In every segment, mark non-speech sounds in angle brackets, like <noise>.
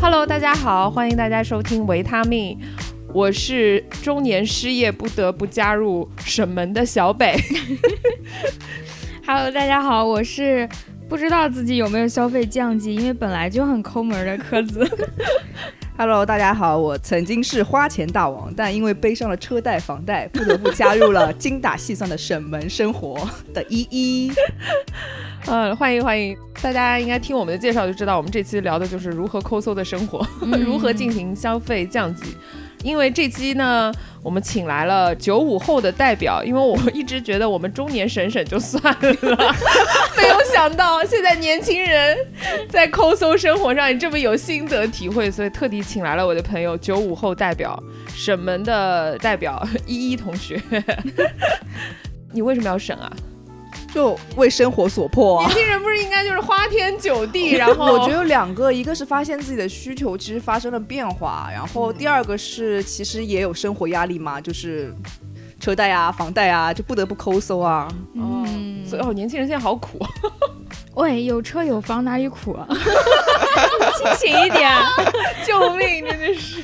Hello，大家好，欢迎大家收听维他命，我是中年失业不得不加入沈门的小北。 Hello，大家好，我是不知道自己有没有消费降级，因为本来就很抠门儿的柯 <laughs> 子。 Hello，大家好，我曾经是花钱大王，但因为背上了车贷、房贷，不得不加入 <laughs> 了精打细算的省门生活的依依。呃，欢迎欢迎，大家应该听我们的介绍就知道，我们这期聊的就是如何抠搜的生活，如何进行消费降级。因为这期呢，我们请来了九五后的代表，因为我一直觉得我们中年省省就算了， <laughs> 没有想到现在年轻人在抠搜生活上也这么有心得体会，所以特地请来了我的朋友九五后代表省门的代表依依同学。 <laughs> 你为什么要省啊？就为生活所迫 <laughs> 啊年！轻人不是应该就是花天酒地，然后我觉得有两个，一个是发现自己的需求其实发生了变化，然后第二个是其实也有生活压力嘛，就是车贷啊、房贷啊，就不得不抠搜啊。哦，嗯所以哦，年轻人现在好苦，喂，有车有房哪里苦啊？清醒一 <laughs> 点， <laughs> 救命，真的是。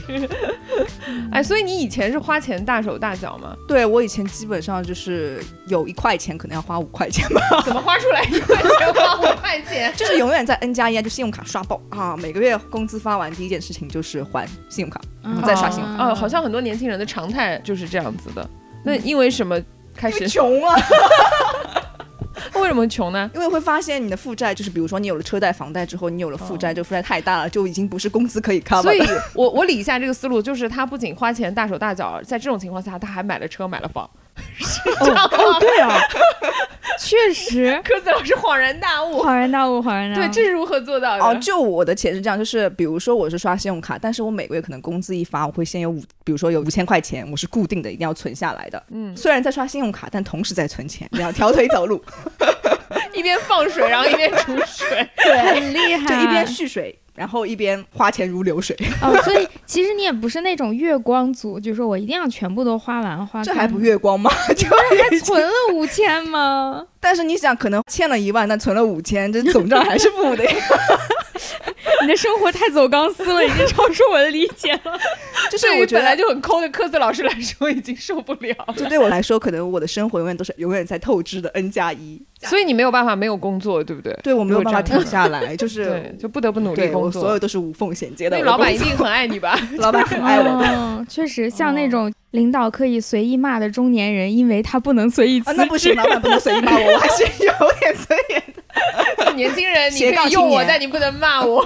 哎，所以你以前是花钱大手大脚 <laughs> 吗？对我以前基本上就是有一块钱可能要花五块钱吧，怎么花出来一块钱花五块 <laughs> 钱？就是永远在 N 加一啊，就信用卡刷爆啊！每个月工资发完，第一件事情就是还信用卡。嗯在刷新哦，好像很多年轻人的常态就是这样子的。那因为什么开 <laughs> 始？穷啊！为什么穷呢？ <laughs> 因为会发现你的负债，就是比如说你有了车贷、房贷之后，你有了负债，这个负债太大了，就已经不是工资可以 cover 所以的。我我理一下这个思路，就是他不仅花钱大手大脚，在这种情况下，他还买了车，买了房。哦哦，对啊，确实柯子老师恍然大悟，恍然大悟，恍然大悟。对，这是如何做到的？哦，就我的钱是这样，就是比如说我是刷信用卡，但是我每个月可能工资一发，我会先有五，比如说有五千块钱，我是固定的，一定要存下来的。嗯虽然在刷信用卡，但同时在存钱，两条腿走 <laughs> 路，一边放水，然后一边储水。很厉就害，啊一边蓄水，然后一边花钱如流水，哦，所以其实你也不是那种月光族，就是说我一定要全部都花完花干。这还不月光吗？ <laughs> 就还存了五千 <laughs> 吗？但是你想，可能欠了一万，但存了五千，这总账还是负的呀。 <laughs> 你的生活太走钢丝了，已经超出我的理解了。就是对于我觉本来得，就很抠的科子老师来说，已经受不了了。就对我来说，可能我的生活永远都是永远在透支的 n 加一。所以你没有办法没有工作，对不对？对我没有如果办法这样停下来，就对是，就不得不努力对工我所作有。都是无缝衔接的。那我的老板工一作定很爱你吧？老板很 <laughs> 爱我的。哦，确 <laughs> 实，像那种领导可以随意骂的中年人，因为他不能随意啊，辞那不行，职。老板不能随意骂我，我还是有点尊严的。 <laughs> 年轻人，你斜可杠以用青我，年但你不能骂我。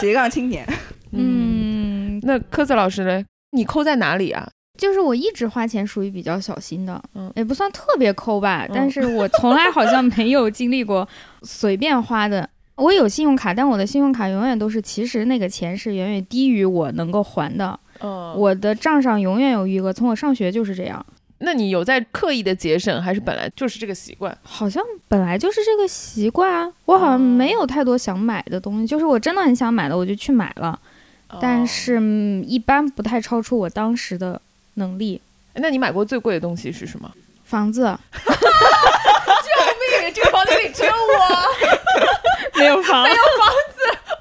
斜杠青年， <laughs> 嗯， <laughs> 嗯，那科子老师呢？你抠在哪里啊？就是我一直花钱属于比较小心的，嗯也不算特别抠吧，嗯但是我从来好像没有经历过随便花的。我有信用卡，但我的信用卡永远都是，其实那个钱是远远低于我能够还的，嗯，我的账上永远有余额。从我上学就是这样，那你有在刻意的节省，还是本来就是这个习惯？好像本来就是这个习惯啊，我哦好像没有太多想买的东西，就是我真的很想买的，我就去买了，哦但是、嗯一般不太超出我当时的能力。哦，那你买过最贵的东西是什么？房子那个这个房子里只有我，没有房，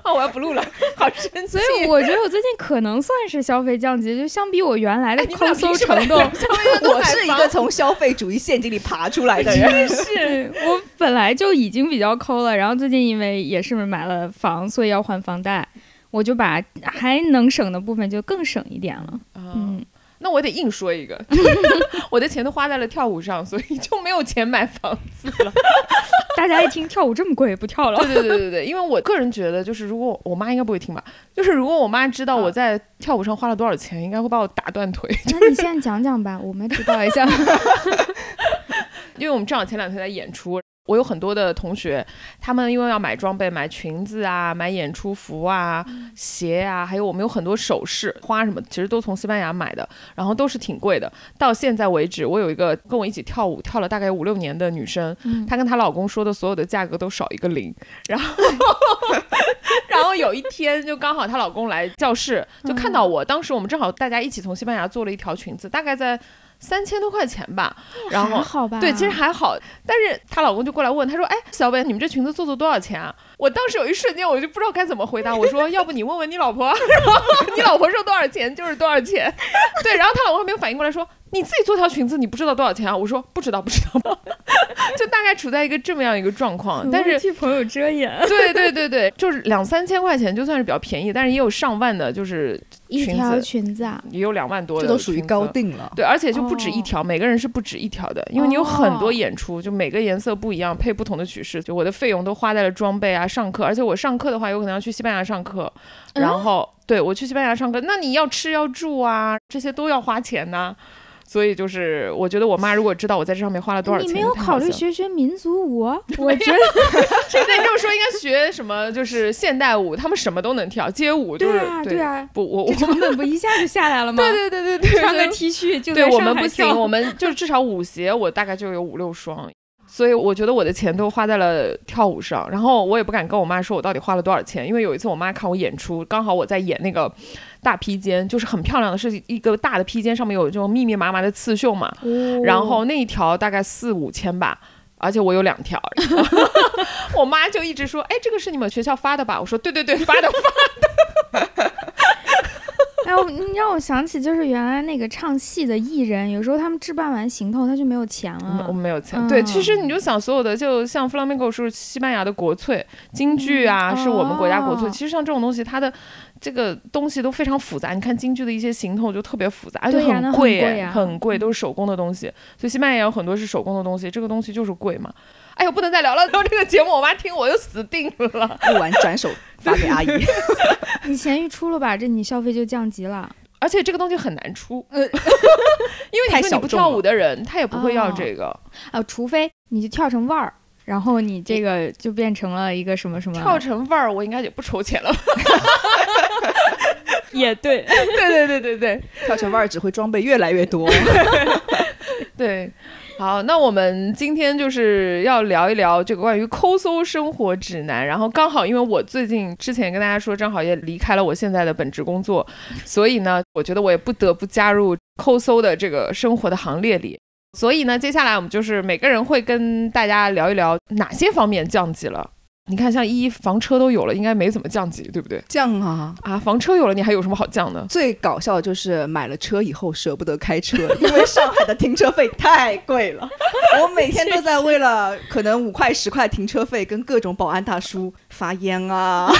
哦， <laughs> 我要不录了，好生气。所以我觉得我最近可能算是消费降级，就相比我原来的哎你们抠俩搜凭什么程度， <laughs> 我是一个从消费主义陷阱里爬出来的哎人。是我本来就已经比较抠了，然后最近因为也是买了房，所以要还房贷，我就把还能省的部分就更省一点了。嗯，嗯，那我得硬说一 <laughs> 个，我的钱都花在了跳舞上，所以就没有钱买房子了。大家一听跳舞这么贵，不跳了。对对对对对，因为我个人觉得，就是如果我妈应该不会听吧，就是如果我妈知道我在跳舞上花了多少钱，应该会把我打断腿。 <laughs> <laughs> 那你现在讲讲吧，我们知道一下。因为我们正好前两天在演出，我有很多的同学，他们因为要买装备，买裙子啊，买演出服啊、鞋啊，还有我们有很多首饰、花什么，其实都从西班牙买的，然后都是挺贵的。到现在为止，我有一个跟我一起跳舞跳了大概五六年的女生，嗯她跟她老公说的所有的价格都少一个零，然后然后有一天就刚好她老公来教室，就看到我，当时我们正好大家一起从西班牙做了一条裙子，大概在三千多块钱吧，然还后好啊吧？对，其实还好，但是她老公就过来问，她说：“哎，小北，你们这裙子做做多少钱啊？”我当时有一瞬间，我就不知道该怎么回答。我说：“要不你问问你老婆，然后你老婆说多少钱就是多少钱。”对，然后她老公还没有反应过来，说：“你自己做条裙子，你不知道多少钱啊？”我说：“不知道，不知道。”就大概处在一个这么样一个状况，但是。替朋友 <laughs> 遮掩，对对对对，就是两三千块钱就算是比较便宜，但是也有上万的，就是一裙条子裙子啊，也有两万多的这裙子，都属于高定了。对，而且就不止一哦条，每个人是不止一条的，因为你有很多哦演出，就每个颜色不一样，配不同的曲式。就我的费用都花在了装备啊、上课，而且我上课的话，有可能要去西班牙上课，嗯然后、对我去西班牙上课，那你要吃要住啊，这些都要花钱呐、所以就是，我觉得我妈如果知道我在这上面花了多少钱，你没有她考好虑像学学民 <laughs> 族舞啊？我觉得现在这么说应该学什么？就是现代舞，他们什么都能跳，街舞就是对啊，对啊，不，我我这成本不一下就下来了吗？对对对对对，穿对个 T 恤就对在我上们海不行，跳我们就是至少舞鞋，我大概就有五六双，所以我觉得我的钱都花在了跳舞上。然后我也不敢跟我妈说我到底花了多少钱，因为有一次我妈看我演出，刚好我在演那个大披肩，就是很漂亮的，是一个大的披肩，上面有这种密密麻麻的刺绣嘛。哦 <laughs> 然后那一条大概四五千吧。而且我有两条， <laughs> 我妈就一直说：“哎，这个是你们学校发的吧？”我说：“对对对，发的。哎，我你让我想起就是原来那个唱戏的艺人，有时候他们置办完行头，他就没有钱嗯”我了。没有钱。对，嗯其实你就想所有的，就像 flamenco 是西班牙的国粹，京剧啊嗯是我们国家国粹。哦其实像这种东西，它的这个东西都非常复杂。你看京剧的一些行头就特别复杂，而且对呀那很很贵哎，贵呀很贵，都是手工的东西。所以西班牙也有很多是手工的东西，这个东西就是贵嘛。哎呦，不能再聊了， <laughs> 到这个节目我妈听我就死定了。录完转手发给阿姨。你咸鱼出了吧，这你消费就降级了。而且这个东西很难出，呃因为太你说小你不众跳了舞的人，他也不会要哦这个。啊，除非你就跳成腕儿，然后你这个就变成了一个什么什么跳成腕儿，我应该也不筹钱了。也对， <laughs> 对对对对对跳成腕儿只会装备越来越多。对。好，那我们今天就是要聊一聊这个关于抠搜生活指南。然后刚好，因为我最近之前跟大家说，正好也离开了我现在的本职工作，所以呢，我觉得我也不得不加入抠搜的这个生活的行列里。所以呢，接下来我们就是每个人会跟大家聊一聊哪些方面降级了。你看，像一房车都有了，应该没怎么降级，对不对？ <laughs> 这样啊，啊，房车有了，你还有什么好降的？最搞笑的就是买了车以后舍不得开车，因为上海的停车费太贵了。我每天都在为了可能五块十块停车费跟各种保安大叔发烟啊、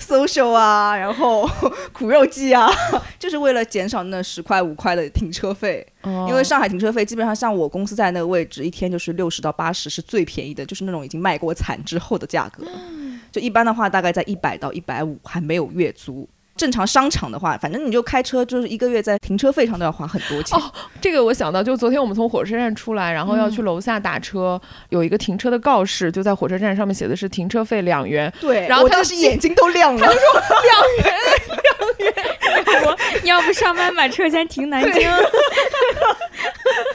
social 啊，然后苦肉计啊，就是为了减少那十块五块的停车费。哦因为上海停车费基本上像我公司在那个位置，一天就是六十到八十是最便宜的，就是那种已经卖过惨之后的价格。嗯就一般的话，大概在一百到一百五，还没有月租。正常商场的话，反正你就开车，就是一个月在停车费上都要花很多钱。哦这个我想到，就昨天我们从火车站出来，然后要去楼下打车，有一个停车的告示，就在火车站上面写的是停车费两元。对，然后我他就当时眼睛都亮 <laughs> 了。要不上班把车先停南京，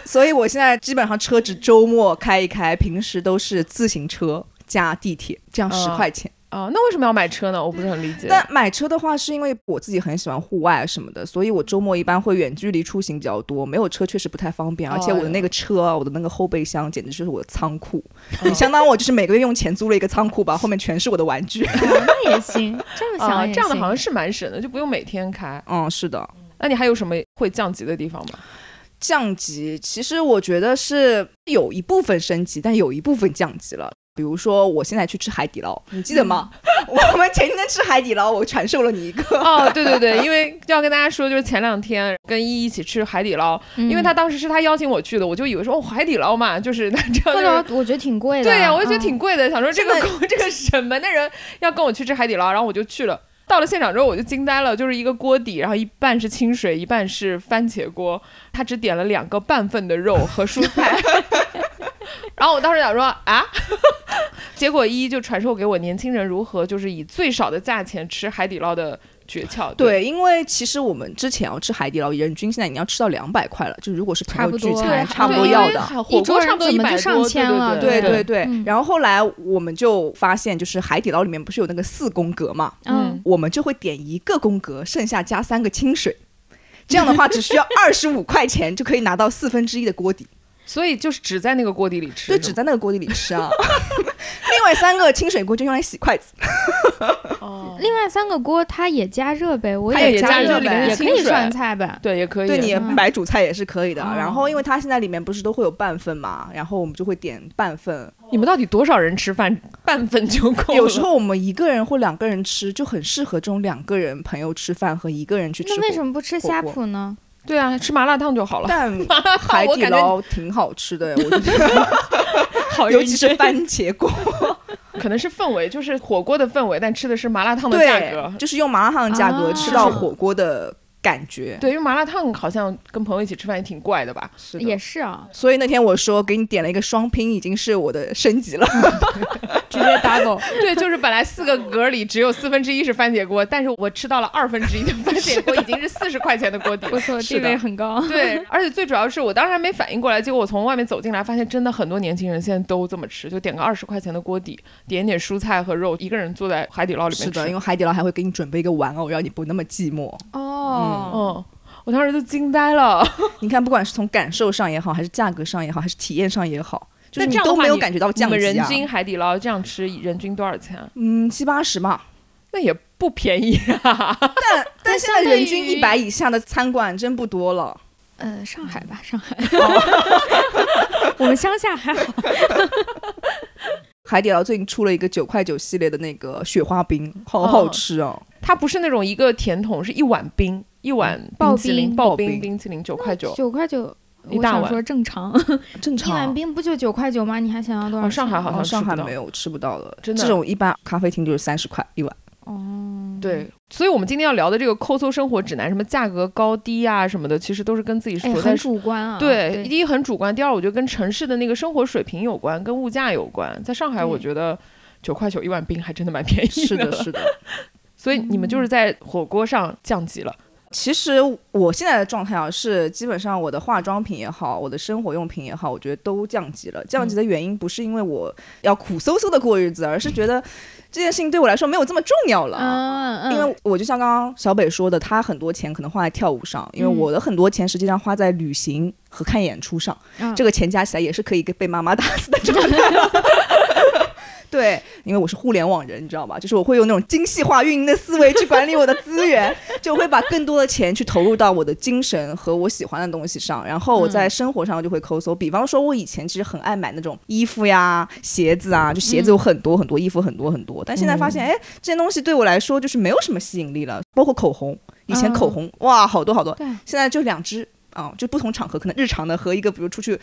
所以我现在基本上车只周末开一开，平时都是自行车加地铁，这样嗯十块钱。啊，那为什么要买车呢？我不是很理解。但买车的话，是因为我自己很喜欢户外什么的，所以我周末一般会远距离出行比较多。没有车确实不太方便，哦而且我的那个车啊，我的那个后备箱简直就是我的仓库，哦 <laughs> 你 <laughs> 相当于我就是每个月用钱租了一个仓库吧，后面全是我的玩具。嗯那也行，这么啊，想这样的好像是蛮省的，就不用每天开。嗯，是的，那你还有什么会降级的地方 <laughs> 吗？降级其实我觉得是有一部分升级，但有一部分降级了。比如说，我现在去吃海底捞，你记得吗？ <laughs> 我们前天吃海底捞，我传授了你一个。哦，对对对，因为要跟大家说，就是前两天跟依依一起吃海底捞，嗯因为她当时是她邀请我去的，我就以为说哦海底捞嘛，就是那 <laughs> 这样后就是来我觉得挺贵的，啊对呀、我就觉得挺贵的，想说这个啊嗯真的跟我 <laughs> 这个省门的人要跟我去吃海底捞，然后我就去了。到了现场之后，我就惊呆了，就是一个锅底，然后一半是清水，一半是番茄锅，他只点了两个半份的肉和蔬菜。 <laughs> 然后我当时想说啊， <laughs> 结果一就传授给我年轻人如何就是以最少的价钱吃海底捞的诀窍。对，因为其实我们之前要吃海底捞，人均现在已经要吃到两两百块了，就是如果是朋差友不聚多餐，对差不多对要因为的。火锅一桌人差不多怎么100就上多千了对对对对对，嗯然后后来我们就发现，就是海底捞里面不是有那个四宫格嘛，嗯我们就会点一个宫格，剩下加三个清水。这样的话只需要二十五块钱就可以拿到四分之一的锅底，所以就是只在那个锅底里吃，就只在那个锅底里吃啊。 <laughs> 另外三个清水锅就用来洗筷子，哦，另外三个锅它也加热呗，我它也加加热热呗，里面也清可以水涮菜呗。对，也可以。啊对你嗯白煮菜也是可以的。哦然后因为它现在里面不是都会有半份嘛，然后我们就会点半份。你们到底多少人吃饭？半份就够了。 <laughs> 有时候我们一个人或两个人吃就很适合这种两个人朋友吃饭和一个人去吃火那锅。为什么不吃火呷锅哺呢？对啊，吃麻辣烫就好了。但麻辣烫海我底感觉捞挺好吃的，我觉 <laughs> 得。好尤认其是真番茄锅，可能是氛围，就是火锅的氛围，但吃的是麻辣烫的价对格，。 <laughs> 就是用麻辣烫的价格啊吃到火锅的感觉。对，因为麻辣烫好像跟朋友一起吃饭也挺怪的吧？是也是啊，所以那天我说给你点了一个双拼，已经是我的升级了。直接 double。对，就是本来四个格里只有四分之一是番茄锅，但是我吃到了二分之一的番茄 <laughs> 锅，已经是四十块钱的锅底了。不错，是地的位很高。对，而且最主要是我当时还没反应过来，结果我从外面走进来，发现真的很多年轻人现在都这么吃，就点个二十块钱的锅底，点点蔬菜和肉，一个人坐在海底捞里面吃。 <laughs> <laughs> 是的，因为海底捞还会给你准备一个玩偶，让你不那么寂寞。哦，嗯，我当时就惊呆了。你看，不管是从感受上也好，还是价格上也好，还是体验上也好， <laughs> 就是那你这样的都话没有你感觉到你降们级人啊。均海底捞这样吃，人均多少钱啊？嗯，七八十嘛，那也不便宜啊。 <laughs> 但但现在相当人均于一百以下的餐馆真不多了。嗯呃，上海吧，上海。 <laughs> 我们乡下还好。海底捞最近出了一个九块九系列的那个雪花冰，好好吃哦！它不是那种一个甜筒，是一碗冰，一碗刨冰淇淋，冰刨刨嗯冰冰冰淇淋九块九。九块九，一我大想碗说正常，正一常啊、碗冰不就九块九吗？你还想要多少哦钱？上海好像哦上吃不海到没有吃不到的，真的这种一般咖啡厅就是三十块一碗。哦，对，所以我们今天要聊的这个抠搜生活指南，什么价格高低啊什么的，其实都是跟自己哎，所在很主观啊。对，第一很主观，第二我觉得跟城市的那个生活水平有关，跟物价有关。在上海，我对觉得九块九一碗冰还真的蛮便宜是的，嗯是的。所以你们就是在火锅上降级了。其实我现在的状态啊，是基本上我的化妆品也好，我的生活用品也好，我觉得都降级了。降级的原因不是因为我要苦搜搜的过日子，而是觉得这件事情对我来说没有这么重要了。嗯嗯，因为我就像刚刚小北说的，他很多钱可能花在跳舞上，因为嗯我的很多钱实际上花在旅行和看演出上，嗯这个钱加起来也是可以给被妈妈打死的 <laughs> 状态。对，因为我是互联网人，你知道吧？就是我会用那种精细化运营的思维去管理我的资源，就会把更多的钱去投入到我的精神和我喜欢的东西上。然后我嗯在生活上就会抠搜，比方说，我以前其实很爱买那种衣服呀、鞋子啊，就鞋子有很多很多，衣服很多很多。但现在嗯发现，哎，这些东西对我来说就是没有什么吸引力了，包括口红，以前口红、哇好多好多嗯对，现在就两支啊、就不同场合可能日常的和一个比如出去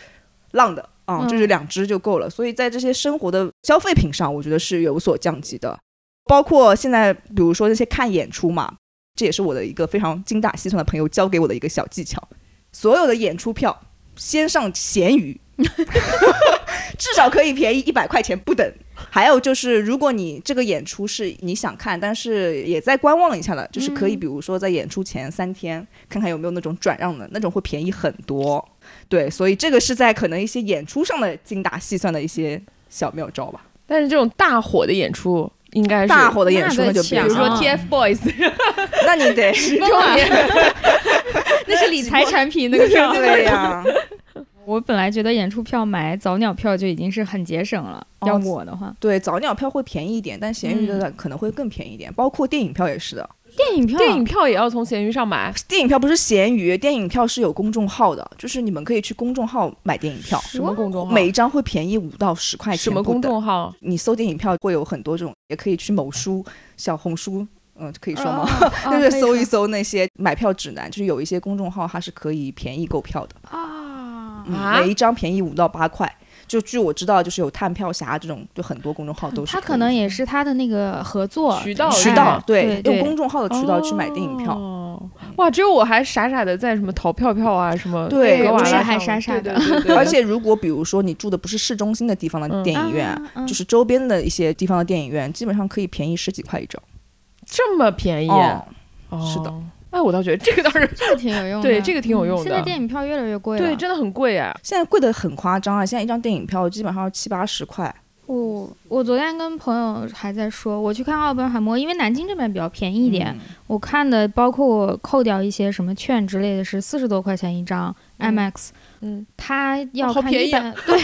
浪的啊、嗯就是两支就够了。所以在这些生活的消费品上，我觉得是有所降级的，包括现在比如说那些看演出嘛，这也是我的一个非常精打细算的朋友教给我的一个小技巧，所有的演出票先上闲鱼。 <laughs> 至少可以便宜一百块钱不等。还有就是，如果你这个演出是你想看，但是也在观望一下了，就是可以，嗯比如说在演出前三天、看看有没有那种转让的，那种会便宜很多。对，所以这个是在可能一些演出上的精打细算的一些小妙招吧。但是这种大火的演出，应该是嗯大火的演出那就比别如说啊 TFBOYS，那你 <laughs> 得 <laughs> 那是理财产品那个票。对呀、我本来觉得演出票买早鸟票就已经是很节省了，哦要我的话， <laughs> 对早鸟票会便宜一点，但闲鱼嗯的可能会更便宜一点，包括电影票也是的。电影票电影票也要从闲鱼上买。电影票不是闲鱼，电影票是有公众号的，就是你们可以去公众号买电影票。什么公众号？每一张会便宜五到十块钱。什么公？众号？你搜电影票会有很多这种，也可以去某书、小红书，嗯，可以说吗？ <laughs> 哦 <laughs> 哦就是可以搜一说搜那些买票指南，就是有一些公众号它是可以便宜购票的，啊，嗯啊每一张便宜五到八块。就据我知道，就是有探票侠这种，就很多公众号都是他以可能也是他的那个合作渠道渠哎道，对对用公众号的渠道去买电影票。哦哇，只有我还傻傻的在什么淘票票啊什么对格瓦我拉是上还傻傻的对对对对而且如果比如说你住的不是市中心的地方的嗯电影院，啊嗯就是周边的一些地方的电影院，基本上可以便宜十几块一张。这么便宜，哦哦是的。哎，我倒觉得这个倒是这个挺有 <laughs> 用的，嗯对啊这个挺有用的现在电影票越来越贵了，对，真的很贵哎。啊现在贵的很夸张啊！现在一张电影票基本上要七八十块，我我昨天跟朋友还在说，我去看奥本海默，因为南京这边比较便宜一点，我看的包括我扣掉一些什么券之类的，是四十多块钱一张嗯 IMAX，嗯，他要哦好看便一宜啊百，对，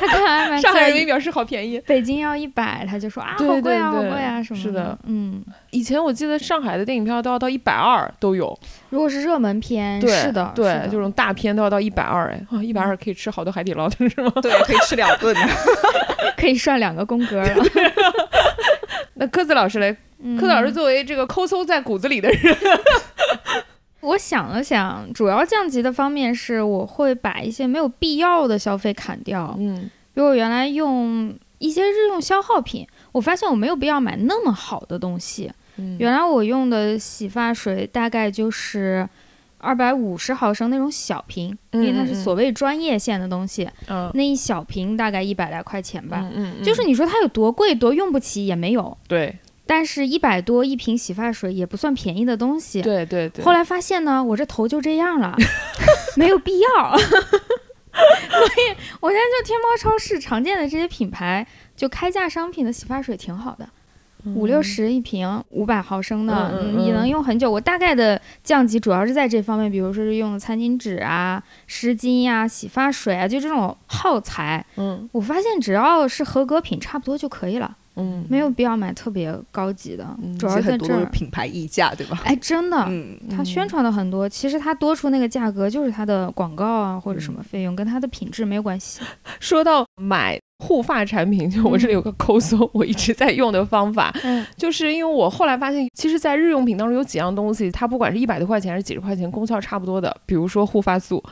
他 <laughs> 看 IMAX 上海人民表示好便宜。北京要一百，他就说啊，对好贵啊，对好对贵啊什么是的的，嗯，以前我记得上海的电影票都要到一百二都有，如果是热门片，对，是的，对是，的这种大片都要到一百二，哎，啊，一百二可以吃好多海底捞的是吗？嗯对，可以吃两顿。啊可以涮两个宫格 <laughs> 了。那柯子老师嘞？嗯柯子老师作为这个抠搜在骨子里的人，我想了想，主要降级的方面是我会把一些没有必要的消费砍掉，嗯，比如我原来用一些日用消耗品，我发现我没有必要买那么好的东西。嗯原来我用的洗发水大概就是。二百五十毫升那种小瓶，因为它是所谓专业线的东西，嗯那一小瓶大概一百来块钱吧。嗯嗯，嗯就是你说它有多贵，多用不起也没有，对但是一百多一瓶洗发水也不算便宜的东西。对对对，后来发现呢，我这头就这样了， <laughs> 没有必要。 <laughs> 所以我现在就天猫超市常见的这些品牌，就开价商品的洗发水挺好的，五六十一瓶，五百毫升的，嗯嗯嗯你嗯能用很久。我大概的降级主要是在这方面，比如说是用的餐巾纸啊、湿巾呀、洗发水啊，就这种耗材。嗯我发现只要是合格品，差不多就可以了，嗯，没有必要买特别高级的。嗯 <laughs> 主要其实是在很这多儿，品牌溢价，对吧？哎，真的，嗯，它宣传了很多，其实它多出那个价格就是它的广告啊或者什么嗯费用，跟它的品质没有关系。 <laughs> 说到买护发产品，就我这里有个抠搜，我一直在用的方法，嗯就是因为我后来发现，其实，在日用品当中有几样东西，它不管是一百多块钱还是几十块钱，功效差不多的。比如说护发素，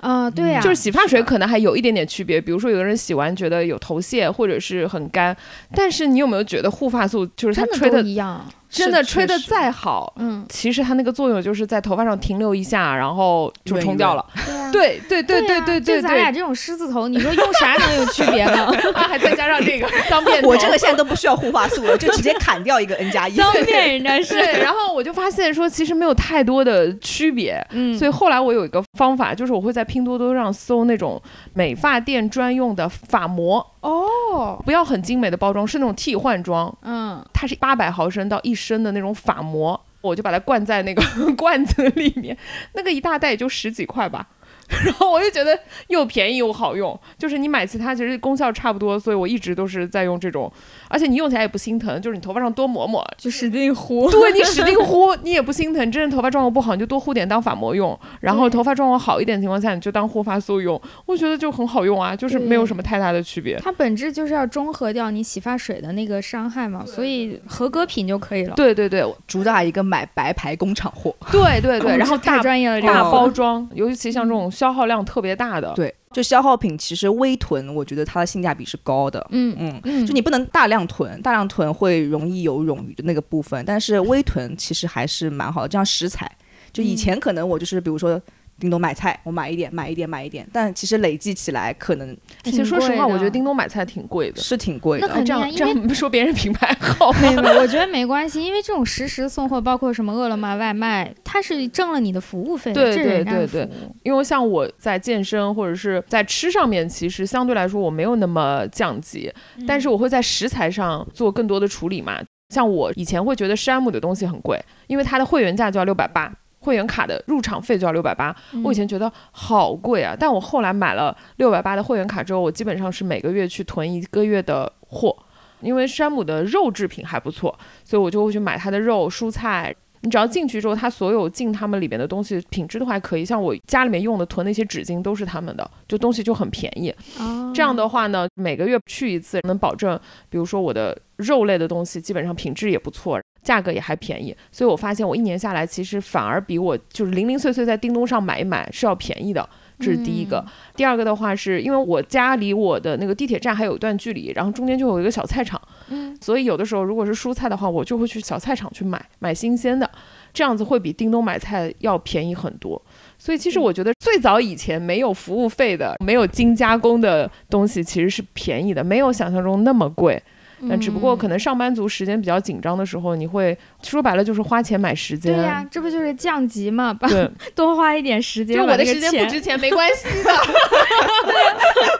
啊、对呀、就是洗发水是的可能还有一点点区别。比如说，有的人洗完觉得有头屑或者是很干，但是你有没有觉得护发素就是它真的吹都的一样。真的是吹的确实再好，嗯，其实它那个作用就是在头发上停留一下，然后就润一冲掉润了。对呀、对对对对呀对就对咱对俩，这种狮子头，你说用啥能有区别呢？ <laughs> 啊，还再加上这个脏辫头，我这个现在都不需要护发素了，就直接砍掉一个 N <laughs> 加一。脏面人家是，对，然后我就发现说，其实没有太多的区别。嗯，所以后来我有一个方法，就是我会在拼多多上搜那种美发店专用的发膜，哦，不要很精美的包装，是那种替换装，嗯，它是八百毫升到一升的那种发膜，我就把它灌在那个 <laughs> 罐子里面，那个一大袋也就十几块吧。 <laughs> 然后我就觉得又便宜又好用，就是你买其他其实功效差不多，所以我一直都是在用这种，而且你用起来也不心疼，就是你头发上多抹抹，就使劲糊。对你使劲呼，你也不心疼。真的头发状况不好，你就多呼点当发膜用，然后对头发状况好一点的情况下，你就当护发素用。我觉得就很好用啊，就是没有对什么太大的区别。它本质就是要中和掉你洗发水的那个伤害嘛，所以合格品就可以了。对对对主打一个买白牌工厂货，对对对，然后太大专业了，这呃大个包装，嗯尤其像这种消耗量特别大的，对，就消耗品其实微囤，我觉得它的性价比是高的。嗯嗯，嗯，就你不能大量囤，大量囤会容易有冗余的那个部分，但是微囤其实还是蛮好的。就像食材，就嗯以前可能我就是比如说。叮咚买菜，我买一点，买一点，买一点，但其实累计起来可能哎其实挺说实贵话，我觉得的叮咚买菜挺贵的。呃是挺贵那的。肯这定啊样因这为样 <laughs> 不说别人品牌好， <laughs> 没有，没有嗯我觉得没关系，因为这种实时送货，包括什么饿了么、外卖，它是挣了你的服务费的，对这是对人家的服对对务。因为像我在健身或者是在吃上面，其实相对来说我没有那么降级，嗯但是我会在食材上做更多的处理嘛。像我以前会觉得山姆的东西很贵，因为它的会员价就要六百八，会员卡的入场费就要六百八。嗯我以前觉得好贵啊，但我后来买了六百八的会员卡之后，我基本上是每个月去囤一个月的货，因为山姆的肉制品还不错，所以我就会去买它的肉、蔬菜。你只要进去之后，它所有进他们里面的东西品质都还可以，像我家里面用的囤那些纸巾都是他们的，就东西就很便宜。哦这样的话呢，每个月去一次，能保证，比如说我的肉类的东西，基本上品质也不错，价格也还便宜。所以我发现我一年下来，其实反而比我就是零零碎碎在叮咚上买一买是要便宜的。这是第一个，第二个的话是因为我家离我的那个地铁站还有一段距离，然后中间就有一个小菜场，嗯，所以有的时候如果是蔬菜的话，我就会去小菜场去买买新鲜的，这样子会比叮咚买菜要便宜很多。所以其实我觉得最早以前没有服务费的、没有精加工的东西其实是便宜的，没有想象中那么贵。嗯那呃只不过可能上班族时间比较紧张的时候，你会说白了就是花钱买时对间。呀、这不就是降级嘛？把 <laughs> 对，多花一点时间，就我把的这时个间 <laughs> 钱不值钱没关系的，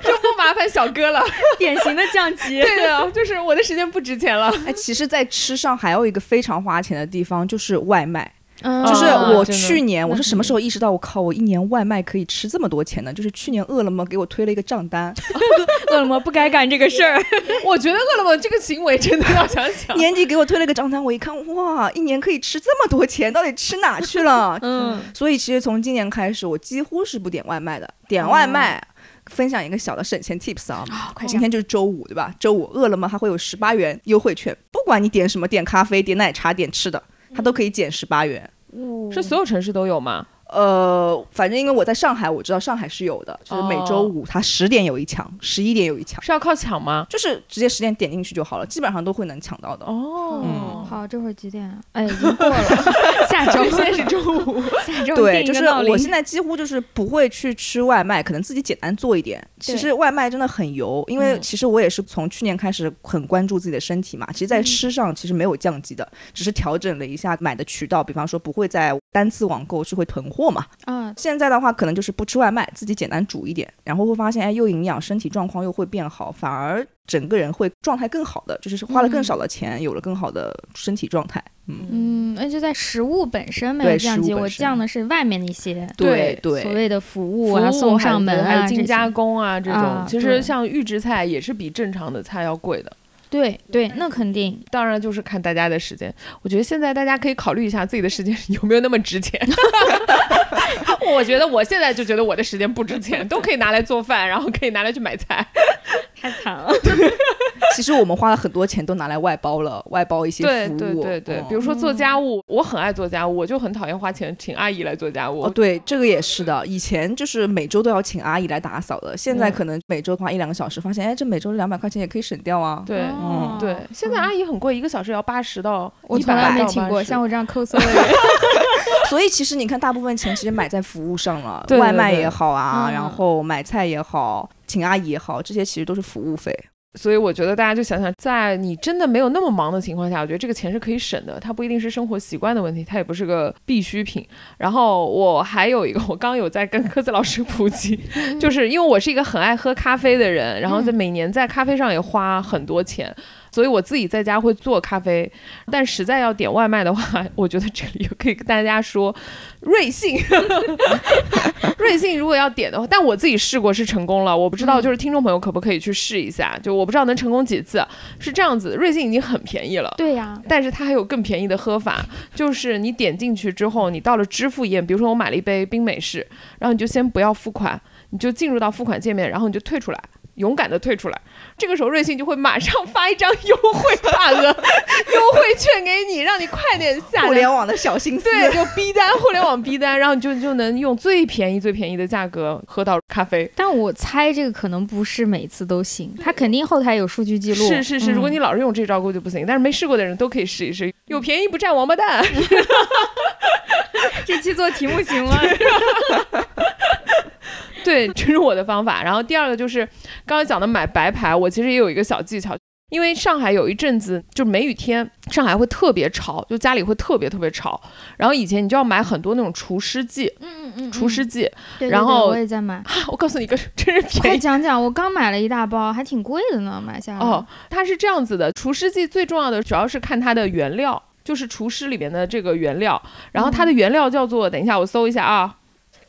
就不麻麻烦小哥 <laughs> 了。典型的降 <laughs> 级。对的，就是我的时间不值钱了。 <laughs> 哎，其实，在吃上还有一个非常花钱的地方，就是外卖。嗯就是啊我真的去年，我那嗯是肯什么定时候意识到，我靠，我一年外卖可以吃这么多钱呢？就是去年饿了么给我推了一个账 <laughs> 单，饿了么不该干这个事儿。我觉得饿了么这个行为真的要想想。嗯年底给我推了个账单，我一看，哇，一年可以吃这么多钱，到底吃哪去了？嗯，所以其实从今年开始，我几乎是不点外卖的。点外卖，分享一个小的省钱 tips 啊。快今天就是周五，对吧？周五饿了么还会有十八元优惠券，不管你点什么，点咖啡、点奶茶、点吃的，它都可以减十八元。是所有城市都有吗？呃，反正因为我在上海，我知道上海是有的，就是每周五它十点有一抢，十一点有一抢，是要靠抢吗？就是直接十点点进去就好了，基本上都会能抢到的。哦，嗯好，这会儿几点啊？哎，已经过 <laughs> 了，下周现在是周五，下周对，定一就个是闹铃我现在几乎就是不会去吃外卖，可能自己简单做一点。其对实外卖真的很油，因为嗯其实我也是从去年开始很关注自己的身体嘛。其实，嗯在吃上其实没有降级的，只是调整了一下买的渠道，比方说不会再单次网购，是会囤货嘛。啊，现在的话，可能就是不吃外卖，自己简单煮一点，然后会发现，哎，又营养，身体状况又会变好，反而整个人会状态更好的，就是花了更少的钱，有了更好的身体状态。嗯，嗯，那就在食物本身没有对降食物级，本我身降的是外面的一些对对所谓的服务啊、送上门还啊有这进加些。工啊这种啊，其对实像预制菜也是比正常的菜要贵的。对对，那肯定。当然就是看大家的时间，我觉得现在大家可以考虑一下自己的时间 <laughs> 有没有那么值钱。 <laughs> 我觉得我现在就觉得我的时间不值钱，都可以拿来做饭，然后可以拿来去买菜。太惨了。 <laughs> 其实我们花了很多钱都拿来外包了，外包一些对服务。对对对嗯，比如说做家务，我很爱做家务，我就很讨厌花钱请阿姨来做家务。哦，对，这个也是的。以前就是每周都要请阿姨来打扫的，现在嗯可能每周花一两个小时，发现哎，这每周两百块钱也可以省掉啊。对哦嗯对，现在阿姨很贵，一个小时要八十到我一从百来没到请过80像我这样抠搜的人。所以其实你看，大部分钱其实买在服务上了，对对外卖也好啊，对嗯然后买菜也好，请阿姨也好，这些其实都是服务费。所以我觉得大家就想想，在你真的没有那么忙的情况下，我觉得这个钱是可以省的，它不一定是生活习惯的问题，它也不是个必需品。然后我还有一个，我刚有在跟科子老师普及，就是因为我是一个很爱喝咖啡的人，然后在每年在咖啡上也花很多钱。所以我自己在家会做咖啡，但实在要点外卖的话， <laughs> 我觉得这里又可以跟大家说，瑞幸，瑞幸如果要点的话，但我自己试过是成功了，我不知道嗯就是听众朋友可不可以去试一下，就我不知道能成功几次。是这样子，瑞幸已经很便宜了。对呀，但是它还有更便宜的喝法，就是你点进去之后，你到了支付页，比如说我买了一杯冰美式，然后你就先不要付款，你就进入到付款界面，然后你就退出来。勇敢的退出来，这个时候瑞幸就会马上发一张优惠大额优惠券给你，让你快点下互单。联网的小心思，对，就逼单，互联网逼单，然后你就就能用最便宜、最便宜的价格喝到咖啡。但我猜这个可能不是每次都行，他肯定后台有数据记录。是是是，如果嗯 <laughs> 你老是用这招估计不行，但是没试过的人都可以试一试，有便宜不占王八蛋。这期做题目行吗？ <laughs> 对，这是我的方法。然后第二个就是刚刚讲的买白牌，我其实也有一个小技巧。因为上海有一阵子就梅雨天，上海会特别潮，就家里会特别特别潮。然后以前你就要买很多那种除湿剂，嗯嗯嗯，除湿嗯。剂。 <laughs> 对对然对后我也在买，啊我告诉你一个真是 <laughs> 快便宜讲讲，我刚买了一大包，还挺贵的呢，买下来。哦，，它是这样子的，除湿剂最重要的主要是看它的原料，就是厨师里面的这个原料。然后它的原料叫做，等一下我搜一下啊，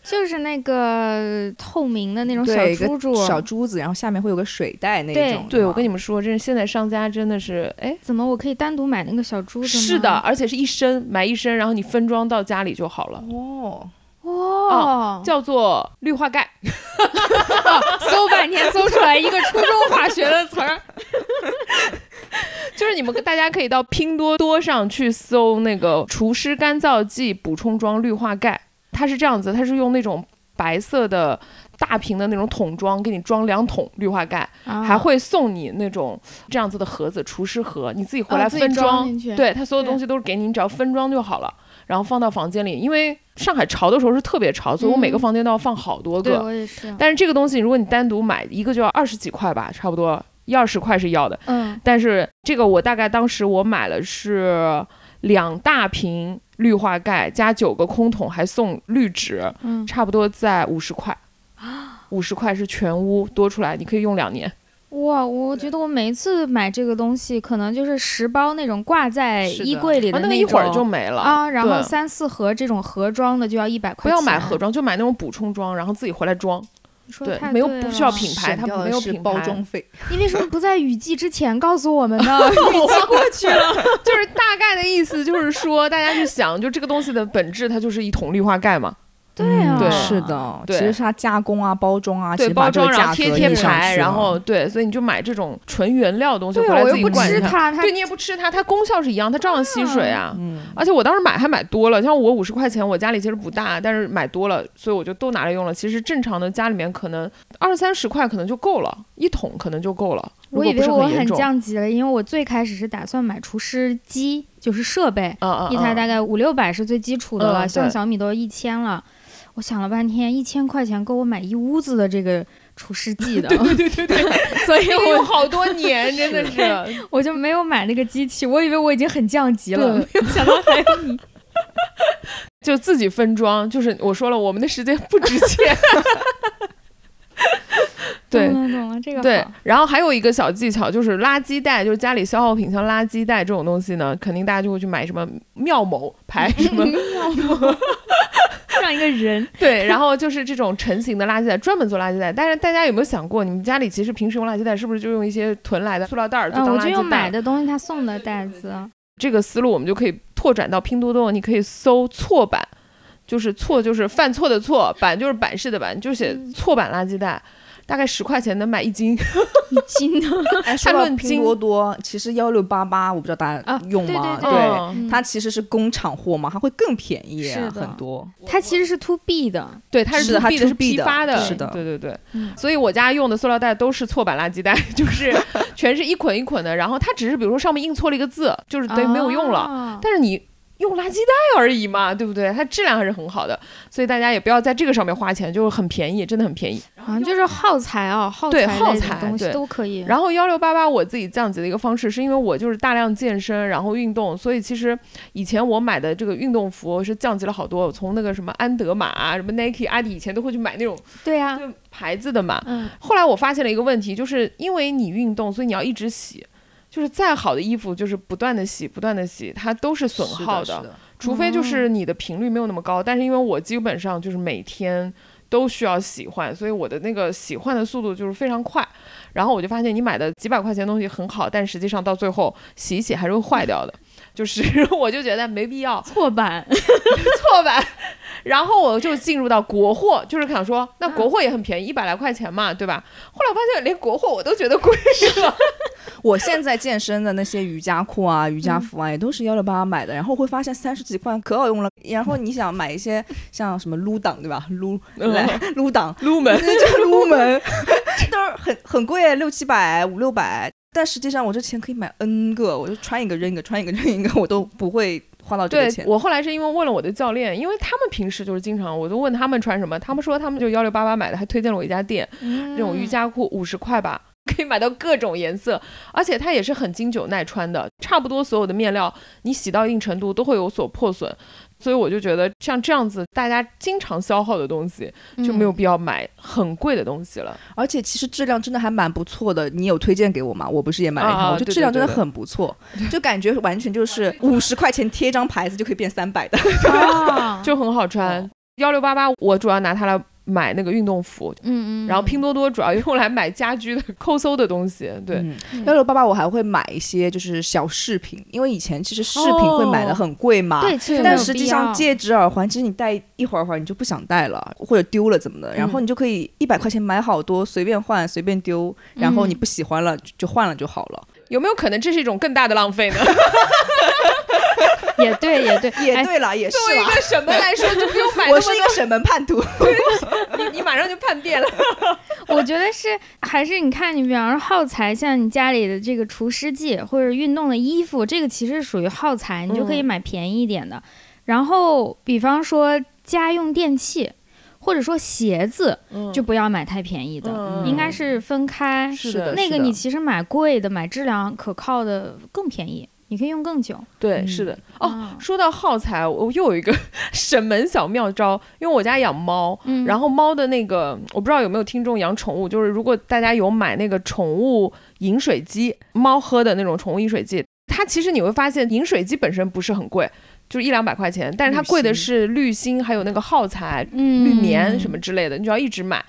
就是那个透明的那种小对，一个珠珠，小珠啊子，然后下面会有个水袋那对种。对我跟你你们说，真是现在商家真的是，哎，怎么我可以单独买那个小珠子吗？是的，，而且是一升，买一升，然后你分装到家里就好了。哦，哦，叫做氯化 <laughs> 钙，搜半 <laughs> 天搜出来一个初中化学的词儿， <laughs> 就是你们大家可以到拼多多上去搜那个除湿干燥剂补充装氯化钙，它是这样子，它是用那种白色的大瓶的那种桶装，给你装两桶氯化钙，还还会送你那种这样子的盒子，除湿盒，你自己回来分哦啊装装。进去。，对，它所有对东西都是给你，你只要分装就好了，然后放到房间里。因为上海潮的时候是特别潮，所以我每个嗯房间都要放好多对个。我也是，但是这个东西，如果你单独买一个就要二十几块吧，差不多一二十块是要的。嗯，但是这个我大概当时我买了是两大瓶氯化钙加九个空桶，还送绿植，嗯啊差不多在五十块。五十块是全屋多出来，你可以用两年。哇，我觉得我每一次买这个东西，可能就是十包那种挂在是的衣柜里啊，那的个种，一会儿就没了啊，然后对三四盒这种盒装的就要一百块不钱。要买盒，装，就买那种补充装，然后自己回来装。你说对太没有对不了需要品 <laughs> 牌它省掉的没有是品牌包装费，你为什么不在雨季之前告诉我们呢？ <laughs> 雨季过去了， <laughs> 就是大概的意思，就是说大家去想，就这个东西的本质，它就是一桶氯化钙嘛。对啊，嗯对是，的，对其实是它加工啊、包装啊，其对，实包把这个装然后价贴格贴印上牌，去然了后对，所以你就买这种纯原料的东西对回啊来我自又己不灌吃一下。它，它对你也不吃它，它功效是一样，它照样吸水啊。嗯，而且我当时买还买多了，像我五十块钱，我家里其实不大，但是买多了，所以我就都拿来用了。其实正常的家里面可能二三十块可能就够了，一桶可能就够了。我以如果为不是我很严很重，降级了，因为我最开始是打算买除湿机，就是设备，嗯嗯，一台嗯大概五六百是最基础的了，嗯像对小米都一千了。我想了半天，一千块钱够我买一屋子的这个除湿剂的，对对对，所 <laughs> 以对我用好多年，真的是。 <laughs> 我就没有买那个机器，我以为我已经很降级了，没 <laughs> 对有想到还有你。就自己分装，就是我说了，我们的时间不值 <laughs> 钱。对懂了懂了，嗯这个对好，然后还有一个小技巧就是垃圾袋，就是家里消耗品，像垃圾袋这种东西呢，肯定大家就会去买什么妙某 <laughs> 牌什么像一个人，对，然后就是这种成型的垃圾袋，专门做垃圾袋。但是大家有没有想过，你们家里其实平时用垃圾袋是不是就用一些囤来的塑料袋儿就嗯，当我垃圾就袋？用买的东西他送的袋 <laughs> 子，啊这个思路，我们就可以拓展到拼多多，你可以搜错版。就是错就是犯错的错，版就是版式的版，就写嗯错版垃圾袋，大概十块钱能买一斤。 <laughs> 一斤的， <laughs> 哎，说到论拼斤多多，其实幺六八八，我不知道大啊家用对吗？对对哦嗯它其实是工厂货嘛，它会更便宜啊是的很多。它其实是 to B 的，对，它是 to 它 B 的， to 是 B 批的发的，是的对对对。嗯所以我家用的塑料袋都是错版垃圾袋， <laughs> 就是全是一捆一捆的。然后它只是比如说上面印错了一个字，就是等于嗯没有用了。啊但是你用垃圾袋而已嘛，对不对？它质量还是很好的，所以大家也不要在这个上面花钱，就是很便宜，真的很便宜。好像就是耗材啊，耗对材耗类材的东西对都可以。然后幺六八八我自己降级的一个方式，是因为我就是大量健身，然后运动，所以其实以前我买的这个运动服是降级了好多，我从那个什么安德玛啊、什么 Nike、阿迪以前都会去买那种对啊呀、就牌子的嘛，嗯， <laughs> 后来我发现了一个问题，就是因为你运动，所以你要一直洗。就是再好的衣服，就是不断的洗，不断的洗，它都是损是耗的，是的除非嗯就是你的频率没有那么高。但是因为我基本上就是每天都需要洗换，所以我的那个洗换的速度就是非常快。然后我就发现，你买的几百块钱的东西很好，但实际上到最后洗一洗还是会坏掉的。就是 <laughs> 我就觉得没必要，错版，错版。然后我就进入到国货，就是想说，那国嗯货也很便宜，一百来块钱嘛，对吧？后来我发现连国货我都觉得贵了，我现在健身的那些瑜伽裤啊、瑜伽服啊，也都是幺六八八买的，然后会发现三十几块可好用了。然后你想买一些像什么撸档对吧？撸嗯来 <laughs> 撸档，入 <laughs> 门这个撸门 <laughs> 都是很很贵，六七百、五六百。但实际上我这钱可以买 N 个，我就穿一个扔一个，穿一个扔一个，我都不会花到这对个钱。我后来是因为问了我的教练，因为他们平时就是经常，我都问他们穿什么，他们说他们就幺六八八买的，还推荐了我一家店，那 <laughs> 那种瑜，伽裤五十块吧，可以买到各种颜色，而且它也是很经久耐穿的，差不多所有的面料你洗到一定程度都会有所破损，所以我就觉得像这样子大家经常消耗的东西嗯就没有必要买很贵的东西了。而且其实质量真的还蛮不错的，你有推荐给我吗？我不是也买了一啊条，啊我觉对得质量对真的对很不错，就感觉完全就是五十块钱贴一张牌子就可以变三百的。啊， <laughs> 就很好穿。 <laughs> 幺六八八，我主要拿它来买那个运动服，嗯嗯，然后拼多多主要用来买家居的抠搜的东西。对，嗯嗯幺六八八我还会买一些就是小饰品，因为以前其实饰品会买哦的很贵嘛。对，其实但没有实际必上，要戒指、耳环，其实你戴一会儿会儿你就不想戴了，或者丢了怎么的，然后嗯你就可以一百块钱买好多，随便换，随便丢，然嗯后你不喜欢了就就换了就好了。有没有可能这是一种更大的浪费呢？也对也对也哎对了，也 <laughs> 是作为一啦个，什么来说，就不用买 <laughs> 那我么是一个多，审门 <laughs> 叛徒。你你马上就叛变了。我觉得是还是你看，你比方说耗材，像你家里的这个除湿剂或者运动的衣服，这个其实属于耗材，你就嗯可以买便宜一点的。然后，比方说家用电器，或者说鞋子，就不要买太便宜的，嗯应该是分开。是的那是个的你其实买贵的，买质量可靠的更便宜。你可以用更久。对，嗯是的。哦，啊，说到耗材，我又有一个 <laughs> 省门小妙招，因为我家养猫，嗯然后猫的那个，我不知道有没有听众养宠物，就是如果大家有买那个宠物饮水机，猫喝的那种宠物饮水机，它其实你会发现饮水机本身不是很贵，就是一两百块钱，但是它滤芯贵的是滤芯，还有那个耗材、嗯滤棉什么之类的，你就要一直买。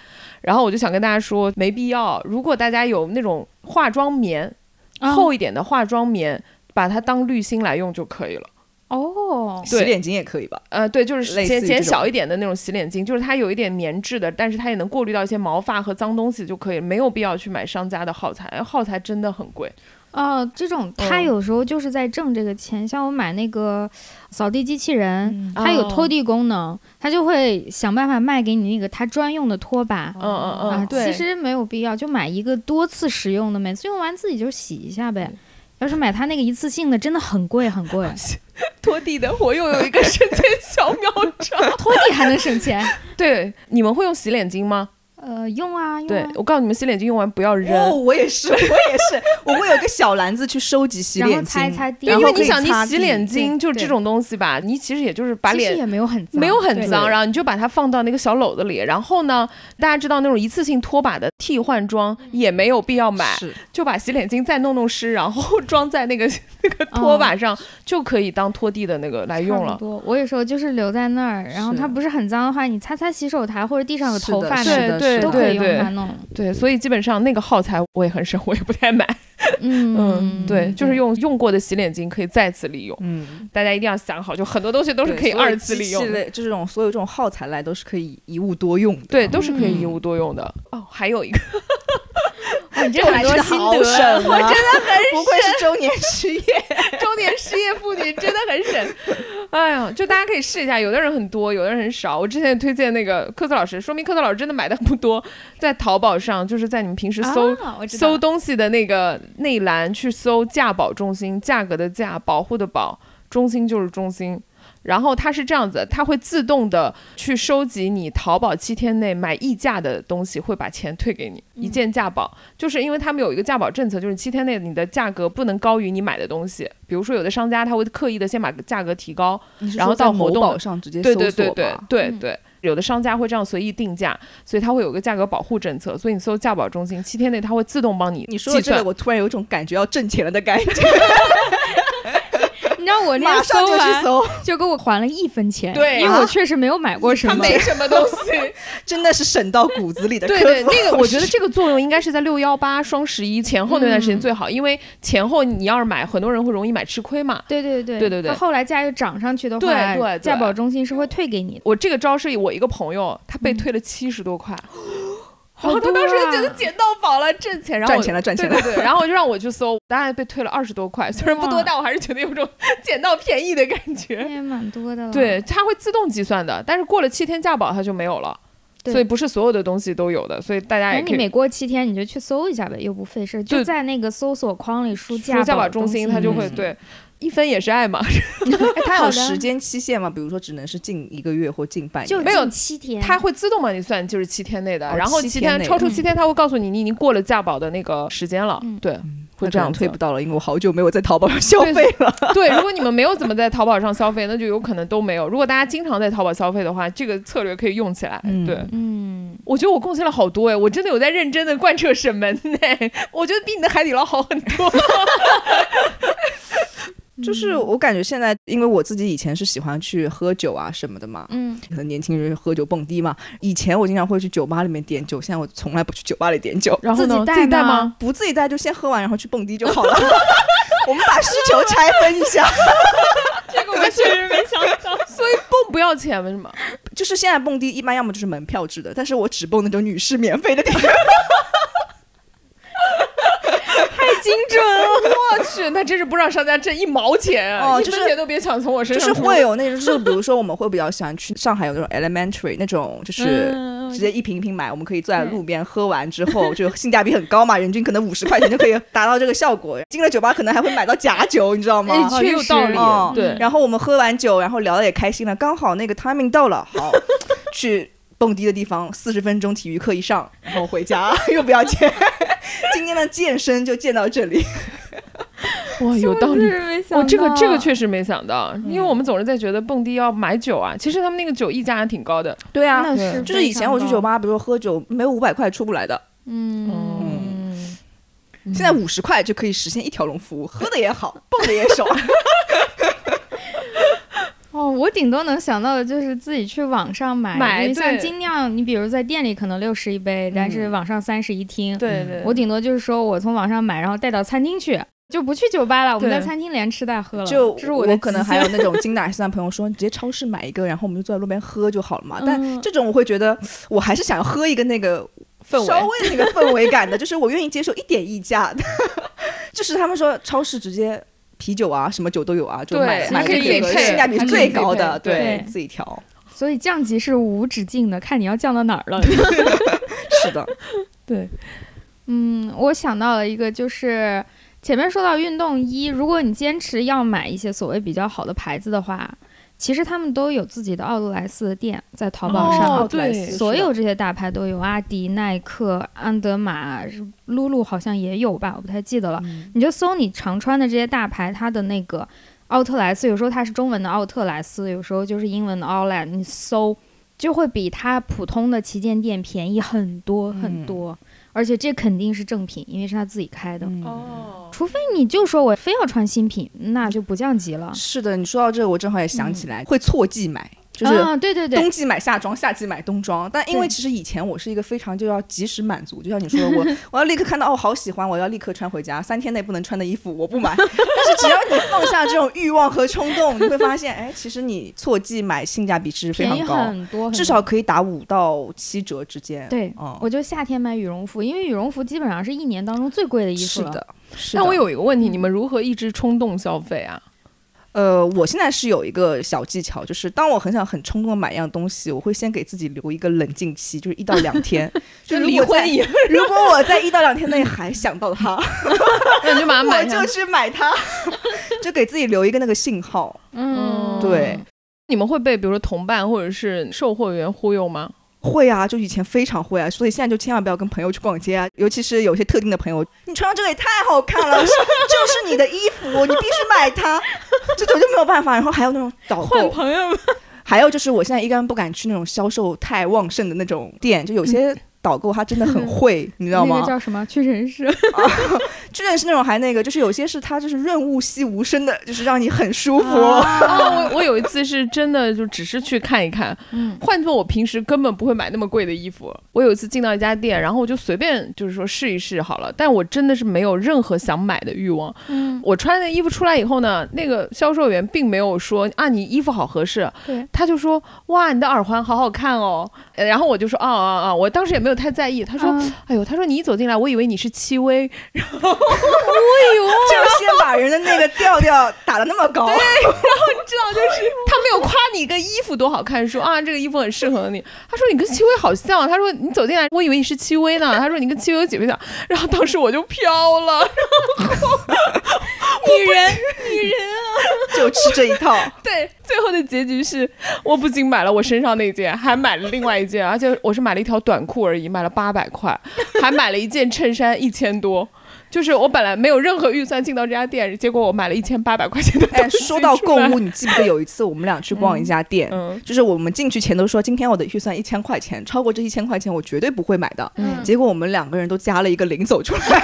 然后我就想跟大家说，没必要。如果大家有那种化妆棉，啊厚一点的化妆棉，把它当滤芯来用就可以了。哦，对洗脸巾也可以吧？呃，对，就是类减似于减这种小一点的那种洗脸巾，就是它有一点棉质的，但是它也能过滤到一些毛发和脏东西就可以，没有必要去买商家的耗材，耗材真的很贵。哦，这种它嗯有时候就是在挣这个钱，像我买那个扫地机器人。嗯它有拖哦地功能，它就会想办法卖给你那个它专用的拖把、嗯嗯嗯啊。对其实没有必要，就买一个多次使用的，每次用完自己就洗一下呗。要是买它那个一次性的，真的很贵很贵，拖地的我又有一个省钱小妙招，拖地还能省钱。 <laughs> 对，你们会用洗脸巾吗？呃，用啊用对啊，我告诉你们，洗脸巾用完不要扔。 <laughs> 哦，我也是，我也是，我会有个小篮子去收集洗然脸后巾，擦一擦地，对，因然为后你可以想，你擦洗地脸巾对就是这对种东西吧，你其实也就是把其实脸也没有很脏，没有很脏，对。然后你就把它放到那个小篓子里。然后呢，大家知道那种一次性拖把的替换装也没有必要买，是就把洗脸巾再弄弄湿，然后装在那个 <laughs> 那个拖把上，就可以当拖地的那个来用差了不。多，我有时候就是留在那儿，然后是它不是很脏的话，你擦擦洗手台或者地上有是头的发是什么的的，对都对可以对用它对弄。对，所以基本上那个耗材我也很省，我也不太买。嗯，嗯，对，就是用用过的洗脸巾可以再次利用，嗯，大家一定要想好，就很多东西都是对可以所有二次机利器用的。类，就这种所有这种耗材类都是可以一物多用的。对，都是可以嗯一物多用的。哦，还有一个，哇，哦你这我很多真的心好得省啊，我真的很不愧是中年 <laughs> 失业。中年失业妇女真的很省。哎呀，就大家可以试一下，有的人很多，有的人很少。我之前推荐那个科特老师，说明科特老师真的买的不多，在淘宝上，就是在你们平时搜、啊、我知道搜东西的那个内栏去搜价保中心，价格的价，保护的保，中心就是中心。然后它是这样子，它会自动的去收集你淘宝七天内买溢价的东西，会把钱退给你，一件价保。就是因为他们有一个价保政策，就是七天内你的价格不能高于你买的东西。比如说有的商家他会刻意的先把价格提高，然后到活某动宝的上直接对搜对对索对吧。对嗯对，有的商家会这样随意定价，所以它会有个价格保护政策，所以你搜价保中心，七天内它会自动帮你你说计的这个，算。我突然有一种感觉要挣钱了的 <laughs> 感觉，你知道我那马个上就去啊完搜，就给我还了一分钱，对因为我啊确实没有买过什它么。没什么东西，真的是省到骨子 <laughs> 里的。对对，那个我觉得这个作用应该是在六幺八、双十一前后那段时间嗯最好，因为前后你要是买，很多人会容易买吃亏嘛。对对对对对对它后来价又涨上去的话，对对对价保中心是会退给你的。我这个招是我一个朋友，他被嗯退了七十多块，好然后他多当时就觉得啊捡到宝了，挣钱，然后 <laughs> 赚我钱了，赚对钱了对。对，然后就让我去搜，当然被退了二十多块，虽然不多，哇但我还是觉得有种捡到便宜的感那觉。也蛮多的了。嗯对，它会自动计算的，但是过了七天价保它就没有了，对所以不是所有的东西都有的，所以大家反也哎正可哎你以每过七天你就去搜一下呗，又不费事，就对在那个搜索框里输说价保保中心，心，它就会 <laughs> 嗯对一分也是爱嘛，哎它好有的时间期限吗？比如说只能是近一个月或近半就年。没有近七天，它会自动帮你算，就是七天内的，哦然后七七天内超出嗯七天，它会告诉你你已经过了价保的那个时间了嗯，对，会这那可能样子退不到了，因为我好久没有在淘宝上消对费了。 <laughs> 对，如果你们没有怎么在淘宝上消费，那就有可能都没有。如果大家经常在淘宝消费的话，这个策略可以用起来。嗯对，嗯，我觉得我贡献了好多哎，我真的有在认真的贯彻省门呢，我觉得比你的海底捞好很多。嗯就是我感觉现在，因为我自己以前是喜欢去喝酒啊什么的嘛，嗯，可能年轻人喝酒蹦迪嘛。以前我经常会去酒吧里面点酒，现在我从来不去酒吧里点酒， <laughs> 然后自呢？己带自己带吗吗？不自己带就先喝完，然后去蹦迪就好了。 <laughs> 我们把需求拆分一下， <laughs> 这个我确实没想到。 <laughs> 所以蹦不要钱，为什么？就是现在蹦迪一般要么就是门票制的，但是我只蹦那种女士免费的地方。精准，我去，那真是不让商家挣一毛钱啊，哦一就分是钱都别想从我身就上是出。会有那种，就是比如说我们会比较喜欢去上海有那种 elementary 那种，就是嗯直接一瓶一瓶买，我们可以坐在路边喝完之后，就性价比很高嘛，人均可能五十块钱就可以达到这个效果。进了酒吧可能还会买到假酒，你知道哎吗？确有实道理哦对然后我们喝完酒，然后聊得也开心了，刚好那个 timing 到了，好 <laughs> 去蹦迪的地方，四十分钟体育课一上，然 <laughs> 后回家又不要钱。今天的健身就健到这里，哇，有道真理。是没想我到，这个这个确实没想到，因为嗯我们总是在觉得蹦迪要买酒啊，其实他们那个酒溢价还挺高的。对啊，那对是就是非以常前我去酒高，吧，比如说喝酒，没有五百块出不来的，嗯，嗯现在五十块就可以实现一条龙服务，喝的也 <laughs> 好，蹦的也爽。哦，我顶多能想到的就是自己去网上买，买因为像对精酿，你比如在店里可能六十一杯，但是网上三十一听，对嗯对，我顶多就是说我从网上买，然后带到餐厅去，就不去酒吧了，我们对在餐厅连吃带喝了，就这是的可极能还限有那种精打细算的朋友说，你直接超市买一个，然后我们就坐在路边喝就好了嘛。但嗯这种我会觉得，我还是想要喝一个那个氛围稍微那个氛围感的，就是我愿意接受一点溢价的。 <laughs> 就是他们说超市直接啤酒啊，什么酒都有啊，就对买还买可个以这个自己配性价比是还可以最自己高的，配对自己调。所以降级是无止境的，看你要降到哪儿了。是的，对， <laughs> 嗯，我想到了一个，就是前面说到运动衣，如果你坚持要买一些所谓比较好的牌子的话，其实他们都有自己的奥特莱斯的店，在淘宝上。哦对对，所有这些大牌都有，阿迪、耐克、安德玛、露露好像也有吧，我不太记得了。嗯你就搜你常穿的这些大牌，它的那个奥特莱斯，有时候它是中文的奥特莱斯，有时候就是英文的 Outlet，你搜就会比它普通的旗舰店便宜很多嗯很多，而且这肯定是正品，因为是他自己开嗯的。哦，除非你就说我非要穿新品，那就不降级了。是的，你说到这个，我正好也想起嗯来，会错季买，就是啊，对对对冬，季买夏装，夏季买冬装。但因为对其实以前我是一个非常就要及时满足，就像你说的，我 <laughs> 我要立刻看到哦，好喜欢，我要立刻穿回家，三天内不能穿的衣服我不买。 <laughs> 但是只要你放下这种欲望和冲动，你会发现，哎，其实你错季买性价比是非便宜常高，很多，很至多少可以打五到七折之间。对，嗯，我就夏天买羽绒服，因为羽绒服基本上是一年当中最贵的衣服是了。的。是那的我有一个问题，你们如何抑制冲动消费啊？呃，我现在是有一个小技巧，就是当我很想很冲动地买一样东西，我会先给自己留一个冷静期，就是一到两 <laughs> 天。就是如果在以后，如果我在一到两天内还想到它， <laughs> 那你就把它 <laughs> 我买下就来。去买它，就给自己留一个那个信号。嗯，对，你们会被比如说同伴或者是售货员忽悠吗？会啊，就以前非常会啊，所以现在就千万不要跟朋友去逛街啊，尤其是有些特定的朋友，你穿上这个也太好看了，是就是你的衣服，你必须买它，这种就没有办法。然后还有那种导换购，朋友吗？还有就是我现在一般不敢去那种销售太旺盛的那种店，就有些导购他真的很会，你知道那吗个？叫什么屈臣氏？真的是那种还那个，就是有些是它就是润物细无声的，就是让你很舒服。啊哦，我我 <laughs> 有一次是真的就只是去看一看，嗯，换做我平时根本不会买那么贵的衣服。我有一次进到一家店，然后我就随便就是说试一试好了，但我真的是没有任何想买的欲望。嗯，我穿的衣服出来以后呢，那个销售员并没有说啊你衣服好合适对，他就说哇你的耳环好好看哦，呃然后我就说啊啊啊，我当时也没有太在意。他他说、哎呦，他说你一走进来，我以为你是戚薇， <laughs> 就先把人的那个调调打得那么高，知道就是他没有夸你一个衣服多好看，说啊这个衣服很适合你。他说你跟戚薇好像，他说你走进来，我以为你是戚薇呢。他说你跟戚薇有几分像，然后当时我就飘 <laughs> 了。女人，女人啊， <laughs> 就吃这一 <laughs> 套。对，最后的结局是我不仅买了我身上那件，还买了另外一件，而且我是买了一条短裤而已，买了八百块，还买了一件衬衫一千多。就是我本来没有任何预算进到这家店，结果我买了一千八百块钱的东哎，西说到出购来物，，你记不记得有一次我们俩去逛一家店？嗯就是我们进去前都说，今天我的预算一千块钱，超过这一千块钱我绝对不会买的。嗯结果我们两个人都加了一个零走出 <laughs> 来，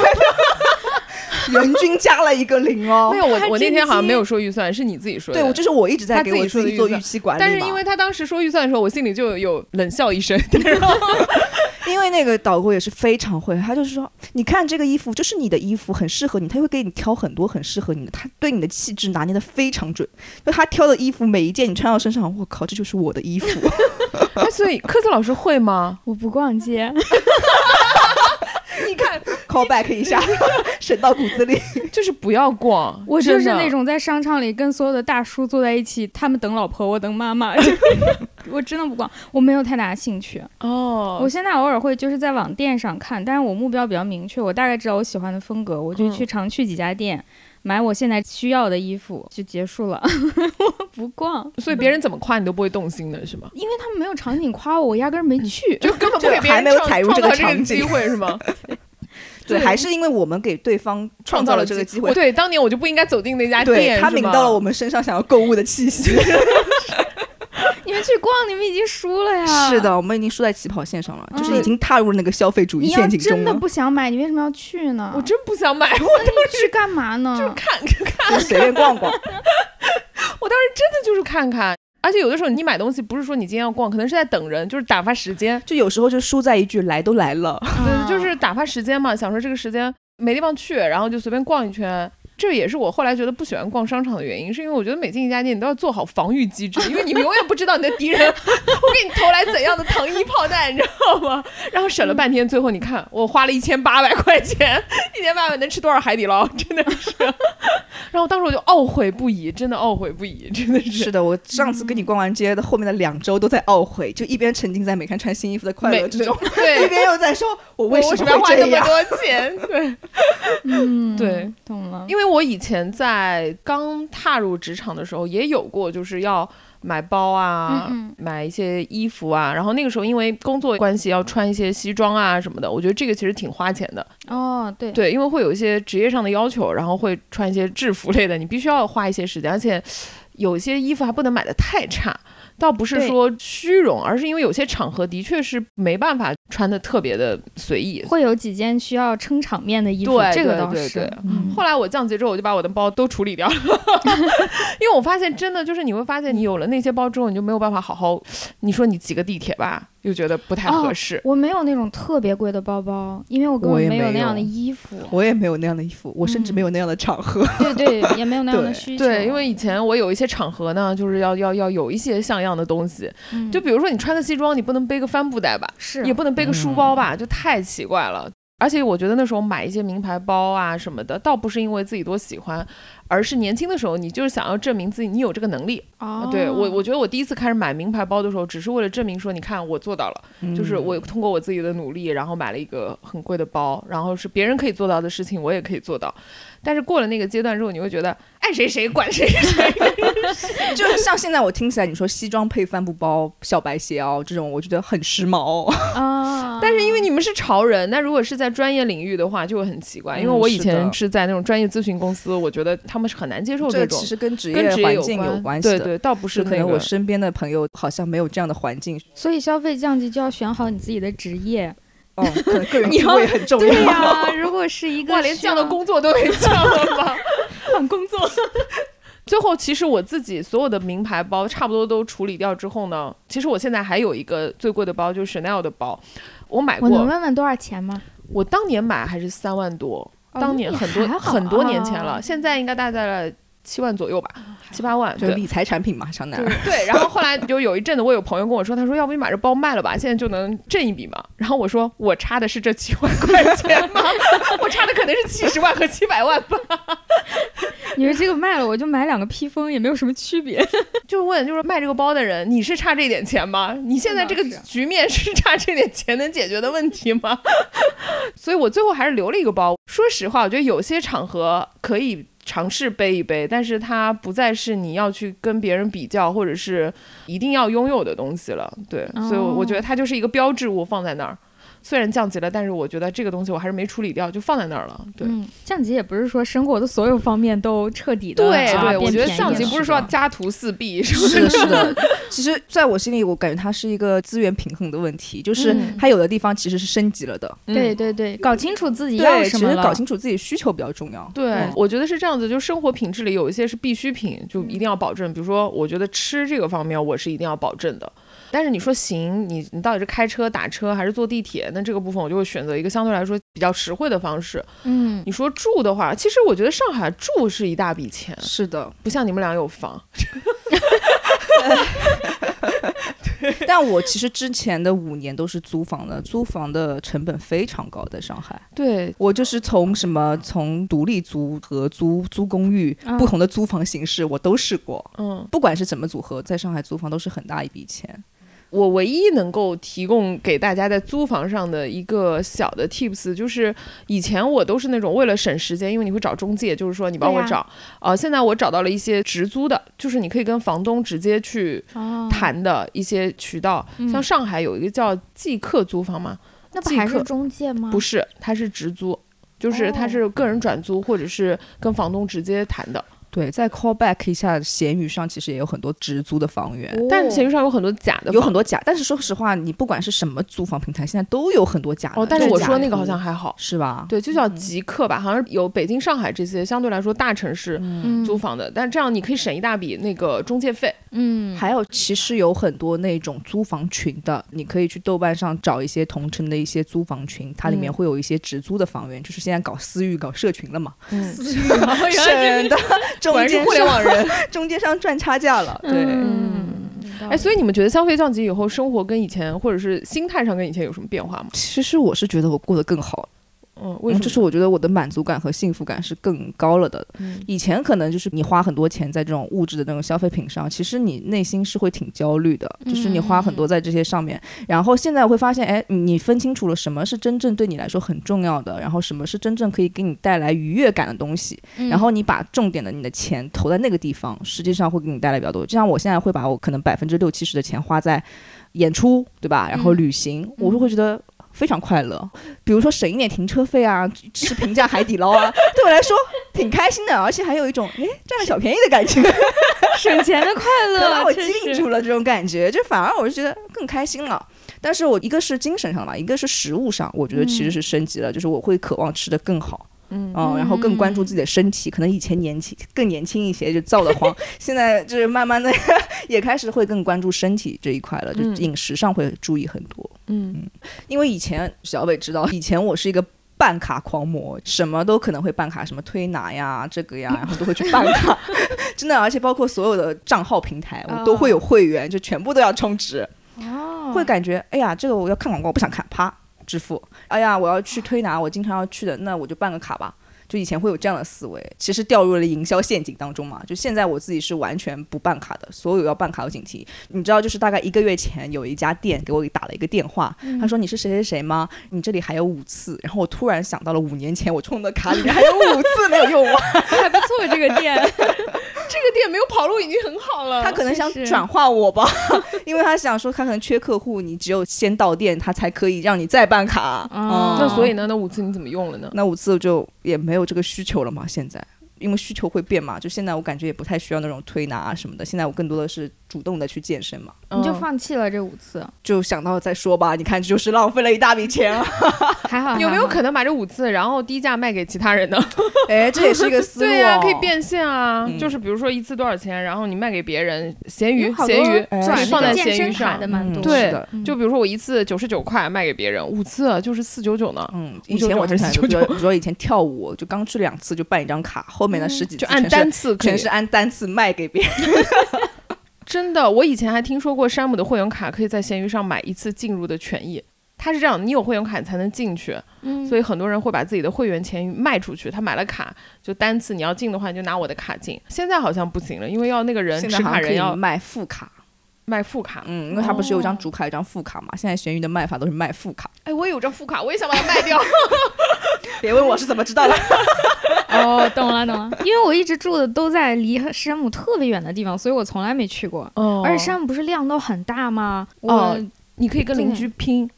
<laughs> 人均加了一个零哦 <laughs> 没。有我他我那真天好像机没有说预算，是你自己说的。对，我就是我一直在他给自己我说自的己预做算预期管理嘛。但是因为他当时说预算的时候，我心里就有冷笑一声。因为那个导购也是非常会，他就是说，你看这个衣服就是你的衣服，很适合你，他会给你挑很多很适合你的，他对你的气质拿捏的非常准。就他挑的衣服每一件你穿到身上，我靠，这就是我的衣服。 <laughs> 哎，所以科斯老师会吗？我不逛 <laughs> 街， <laughs> 你 <laughs> 看，call back 一下，省到骨子 <laughs> 里。就是不要 <laughs> 逛，我就真是的那种在商场里跟所有的大叔坐在一起，他们等老婆，我等妈妈， <laughs> 我真的不逛，我没有太大兴趣。哦，我现在偶尔会就是在网店上看，但是我目标比较明确，我大概知道我喜欢的风格，我就去常去几家店、买我现在需要的衣服就结束了， <laughs> 我不逛，所以别人怎么夸你都不会动心的是吗？因为他们没有场景夸我，我压根儿没去。嗯就根本不给就别人还没有创踩入创这个 <laughs> 造这场景机会是吗？对，还是因为我们给对方创造了这个机会，对，当年我就不应该走进那家对店，他是抿吗到了我们身上想要购物的气息。 <laughs> 你们去逛，你们已经输了呀。 <laughs> 是，的，我们已经输在起跑线上了，就是嗯已经踏入那个消费主义你要陷阱真中的了。不想买，你为什么要去呢？ <laughs> 啊我真不想买，我那你去干嘛呢？看看看，就随便逛逛，我当时真的就是看看。而且有的时候你买东西不是说你今天要逛，可能是在等人，就是打发时间，就有时候就输在一句“来都来了嗯对，就是打发时间嘛，想说这个时间没地方去，然后就随便逛一圈。这也是我后来觉得不喜欢逛商场的原因，是因为我觉得每进一家店，你都要做好防御机制，因为你永远不知道你的敌人 <laughs> 会给你投来怎样的糖衣炮弹，你知道吗？然后省了半天，最后你看我花了一千八百块钱，一千八百能吃多少海底捞？真的是。然后当时我就懊悔不已，真的懊悔不已，真的”。是是。的，我上次跟你逛完街的后面的两周都在懊悔，就一边沉浸在每看穿新衣服的快乐之中，对一边又在说“我我为为什什么么要花会那这么样多钱？对，嗯，对，懂了。因为我以前在刚踏入职场的时候也有过，就是要买包啊，嗯买一些衣服啊，然后那个时候因为工作关系要穿一些西装啊什么的，我觉得这个其实挺花钱的。哦，对，对，因为会有一些职业上的要求，然后会穿一些制服类的，你必须要花一些时间，而且有些衣服还不能买的太差。倒不是对说虚荣，而是因为有些场合的确是没办法穿的特别的随意，会有几件需要撑场面的衣服对，这个对倒对是对。嗯后来我降级之后，我就把我的包都处理掉了， <laughs> 因为我发现真的就是你会发现，你有了那些包之后，你就没有办法好好，你说你挤个地铁吧，又觉得不太哦合适。我没有那种特别贵的包包，因为我根我本也没有没那样有的衣服，我也没有那样的衣服，我甚嗯至没有那样的场合。对对，也没有那样的对需 <laughs> 求。对，因为以前我有一些场合呢，就是要要要有一些像样的东西，嗯就比如说你穿个西装，你不能背个帆布袋吧，是啊也不能背个书包吧，就太奇怪了。而且我觉得那时候买一些名牌包啊什么的，倒不是因为自己多喜欢，而是年轻的时候你就是想要证明自己你有这个能力，哦，啊对我，我觉得我第一次开始买名牌包的时候，只是为了证明说，你看我做到了，就是嗯我通过我自己的努力，然后买了一个很贵的包，然后是别人可以做到的事情，我也可以做到。但是过了那个阶段之后，你会觉得爱谁谁管谁谁， <laughs> 就是像现在我听起来你说西装配帆布包、小白鞋袄这种，我觉得很 <laughs> 时髦。啊，但是嗯因为你们是潮人，那如果是在专业领域的话，就会很奇怪。因为嗯我是以前的是在那种专业咨询公司，我觉得他们是很难接受这个种其。实跟职跟业职业环境有关关系的。对对，倒不是就可那能个我身边的朋友好像没有这样的环境，所以消费降级就要选好你自己的职业。哦，可能 <laughs> 个人你定要位很重要。对呀、如果是一个哇，连需降的要工作都给降了吗？啊 <laughs> 换工作， <laughs> 最后，其实我自己所有的名牌包差不多都处理掉之后呢，其实我现在还有一个最贵的包，就是 Chanel 的包，我买我过，能我问问多少钱吗？当年买还是三万多，哦当年那也很多、还好很多年前啊了，现在应该大概在七万左右吧，哦七八万， <laughs> 就是对。啊理财产品嘛，香奈儿。对，然后后来就有一阵子，我有朋友跟我说，他说要不你把这包卖了吧，现在就能挣一笔嘛。然后我说我差的是这七万块钱吗？ <laughs> 我差的可能是七十万和七百万吧。你说这个卖了，我就买两个披风，也没有什么区别。就问，就是卖这个包的人，你是差这点钱吗？你现在这个那倒是局面是差这点钱能解决的问题吗？ <laughs> 所以我最后还是留了一个包。说实话，我觉得有些场合可以尝试背一背，但是它不再是你要去跟别人比较，或者是一定要拥有的东西了。对，哦所以我我觉得它就是一个标志物放在那儿。虽然降级了，但是我觉得这个东西我还是没处理掉，就放在那儿了。对。嗯，降级也不是说生活的所有方面都彻底的对啊、对，变我觉得便宜降级了不是说要是的家徒四壁，是不是的，是 <laughs> 的。其实，在我心里，我感觉它是一个资源平衡的问题，就是嗯它有的地方其实是升级了的。对对对，搞清楚自己要对，什其么实了。搞清楚自己需求比较重要。对，嗯我觉得是这样子，就生活品质里有一些是必需品，就一定要保证。比如说，我觉得吃这个方面我是一定要保证的。但是你说行，你你到底是开车、打车还是坐地铁？那这个部分我就会选择一个相对来说比较实惠的方式。嗯，你说住的话，其实我觉得上海住是一大笔钱，是的，不像你们俩有房。但我其实之前的五年都是租房的，租房的成本非常高，在上海。对，我就是从什么从独立租、合租、租公寓、嗯不同的租房形式，我都试过。嗯，不管是怎么组合，在上海租房都是很大一笔钱。我唯一能够提供给大家在租房上的一个小的 tips，就是以前我都是那种为了省时间，因为你会找中介，就是说你帮我对找。呃，现在我找到了一些直租的，就是你可以跟房东直接去嗯哦，谈的一些渠道。嗯像上海有一个叫即客租房嘛，那不即还刻哦是中介吗？不是，它是直租。就是它是个人转租，或者是跟房东直接谈的。对，再 call back 一下，闲鱼上其实也有很多直租的房源，哦但闲鱼上有很多假的，有很多假。但是说实话，你不管是什么租房平台，现在都有很多假的。嗯哦，但是就我假说那个租好像还好，是吧？对，就叫极客吧，好像有北京、上海这些相对来说大城市嗯租房的，但这样你可以省一大笔那个中介费。嗯，还有，其实有很多那种租房群的，你可以去豆瓣上找一些同城的一些租房群，它里面嗯会有一些直租的房源，就是现在搞私域、搞社群了 <laughs> 嘛， <laughs> 嗯，省的果中然是间互联商网人。 <laughs> 中间商赚差价了。对，嗯，哎，以所以你们觉得消费降级以后，生活跟以前或者是心态上跟以前有什么变化吗？其实我是觉得我过得更好了，嗯，为嗯什么？就是我觉得我的满足感和幸福感是更高了的。嗯以前可能就是你花很多钱在这种物质的那种消费品上，其实你内心是会挺焦虑的，嗯就是你花很多在这些上面。然后现在会发现，哎，你分清楚了什么是真正对你来说很重要的，然后什么是真正可以给你带来愉悦感的东西。嗯然后你把重点的你的钱投在那个地方，实际上会给你带来比较多。就像我现在会把我可能百分之六七十的钱花在演出，对吧？然后嗯旅行，我就会觉得。非常快乐，比如说省一点停车费啊，吃平价海底捞啊，对我来说挺开心的，而且还有一种诶占了小便宜的感 <laughs> 觉， <laughs> 省钱 <laughs> 的快能把乐，我真激是励住了这种感觉，就反而我就觉得更开心了。但是我一个是精神上吧，一个是食物上，我觉得其实是升级了，就是我会渴望吃得更好，嗯嗯，然后更关注自己的身体，可能以前年轻更年轻一些就造的慌，现在就是慢慢的 <laughs> 也开始会更关注身体这一块了，就嗯饮食上会注意很多。嗯因为以前小伟知道，以前我是一个。办卡狂魔，什么都可能会办卡，什么推拿呀、这个呀，然后都会去办卡， <laughs> 真的，而且包括所有的账号平台，我都哦会有会员，就全部都要充值。哦，会感觉，哎呀，这个我要看广告，不想看，啪支付。哎呀，我要去推拿，我经常要去的，那我就办个卡吧。就以前会有这样的思维，其实掉入了营销陷阱当中嘛。就现在我自己是完全不办卡的，所有要办卡有警惕。你知道，就是大概一个月前有一家店给我打了一个电话，嗯他说你是谁谁谁吗？你这里还有五次。然后我突然想到了五年前我充的卡里 <laughs> 面还有哦五次没有用完。还不错，这个 <laughs> 店这个店没有跑路已经很好了。他可能确想实转化我吧， <laughs> 因为他想说他可能缺客户，你只有先到店，他才可以让你再办卡。嗯哦那所以呢？那五次你怎么用了呢？那五次就也没有这个需求了嘛，现在。因为需求会变嘛，就现在我感觉也不太需要那种推拿啊什么的，现在我更多的是主动的去健身嘛，你就嗯放弃了这五次，就想到再说吧。你看，就是浪费了一大笔 <laughs> 钱啊！还好有没有还好可能把这五次，然后低价卖给其他人呢？哎，这也是一个 <laughs> 思路、哦。对呀、可以。变现啊、嗯就是比如说一次多少钱，然后你卖给别人，闲鱼有，好多闲鱼可哎以转放那在个闲健鱼身卡上的。蛮嗯多，对是的，就比如说我一次九十九块卖给别人，五次啊就是四九九呢，嗯，五九以前九我还经是常九就九比如说以前跳舞，就刚去两次就办一张卡，后面的嗯十几次就按全是单次可以全。是按单次卖给别人。真的，我以前还听说过山姆的会员卡可以在闲鱼上买一次进入的权益。它是这样，你有会员卡你才能进去，嗯，所以很多人会把自己的会员钱卖出去。他买了卡，就单次你要进的话，你就拿我的卡进。现在好像不行了，因为要那个人现在持好卡像可人以要卖副卡，卖副卡。嗯，因为它不是有一张哦主卡，有一张副卡嘛。现在闲鱼的卖法都是卖副卡， <laughs> 哎，我也有张副卡，我也想把它卖掉。别问我是怎么 <laughs> 知道的。哦，懂了懂了，因为我一直住的都在离山姆特别远的地方，所以我从来没去过。哦而且山姆不是量都很大吗？我、哦你可以跟邻居拼，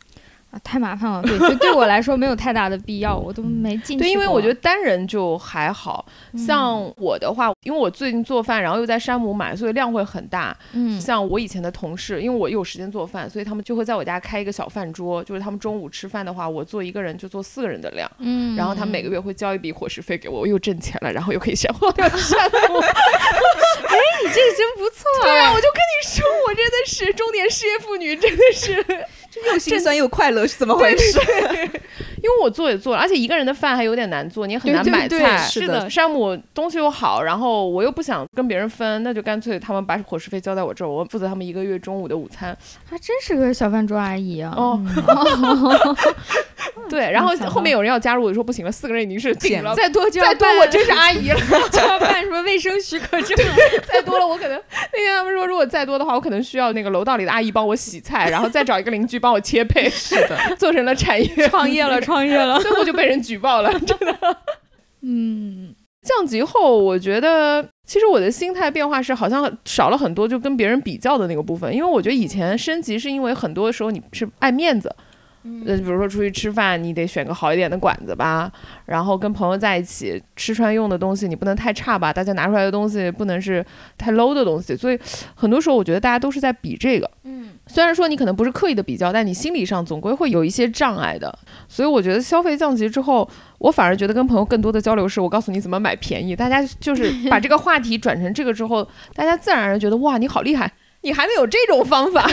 啊太麻烦了，对，就对我来说没有太大的必要，我都 <laughs> 没进去过。对，因为我觉得单人就还好、嗯像我的话，因为我最近做饭，然后又在山姆买，所以量会很大。嗯，像我以前的同事，因为我有时间做饭，所以他们就会在我家开一个小饭桌，就是他们中午吃饭的话，我做一个人就做四个人的量，嗯，然后他们每个月会交一笔伙食费给我，我又挣钱了，然后又可以消耗掉山姆。你这个真不错、对啊，我就跟你说，我真的是中年失业妇女，真的 <laughs> 是。又心酸又快乐是怎么回事？ <laughs> 因为我做也做了，而且一个人的饭还有点难做，你也很难对对买菜。对是是的山姆东西又好，然后我又不想跟别人分，那就干脆他们把伙食费交在我这儿，我负责他们一个月中午的午餐。还真是个小饭桌阿姨啊。 <laughs> 哦，嗯 <laughs> 对，然后想到后面有人要加入，我就说不行了，四个人已经是顶减了，再啊再多就要再多办我真是阿姨了，就要办什么卫生许可证了。再多了我可能那天他们说，如果再多的话，我可能需要那个楼道里的阿姨帮我洗菜，然后再找一个邻居帮我切配，是的，做成了产业，创业 <laughs> 了，，创业了。最后就被人举报了，真的。嗯，降级后，我觉得其实我的心态变化是好像少了很多，就跟别人比较的那个部分。因为我觉得以前升级是因为很多时候你是爱面子，呃，比如说出去吃饭，你得选个好一点的馆子吧。然后跟朋友在一起，吃穿用的东西你不能太差吧，大家拿出来的东西不能是太 low 的东西。所以很多时候，我觉得大家都是在比这个。嗯，虽然说你可能不是刻意的比较，但你心理上总归会有一些障碍的。所以我觉得消费降级之后，我反而觉得跟朋友更多的交流是我告诉你怎么买便宜，大家 <laughs> 就是把这个话题转成这个之后，大家自然而然觉得哇，你好厉害，你还能有这种方 <laughs> 法。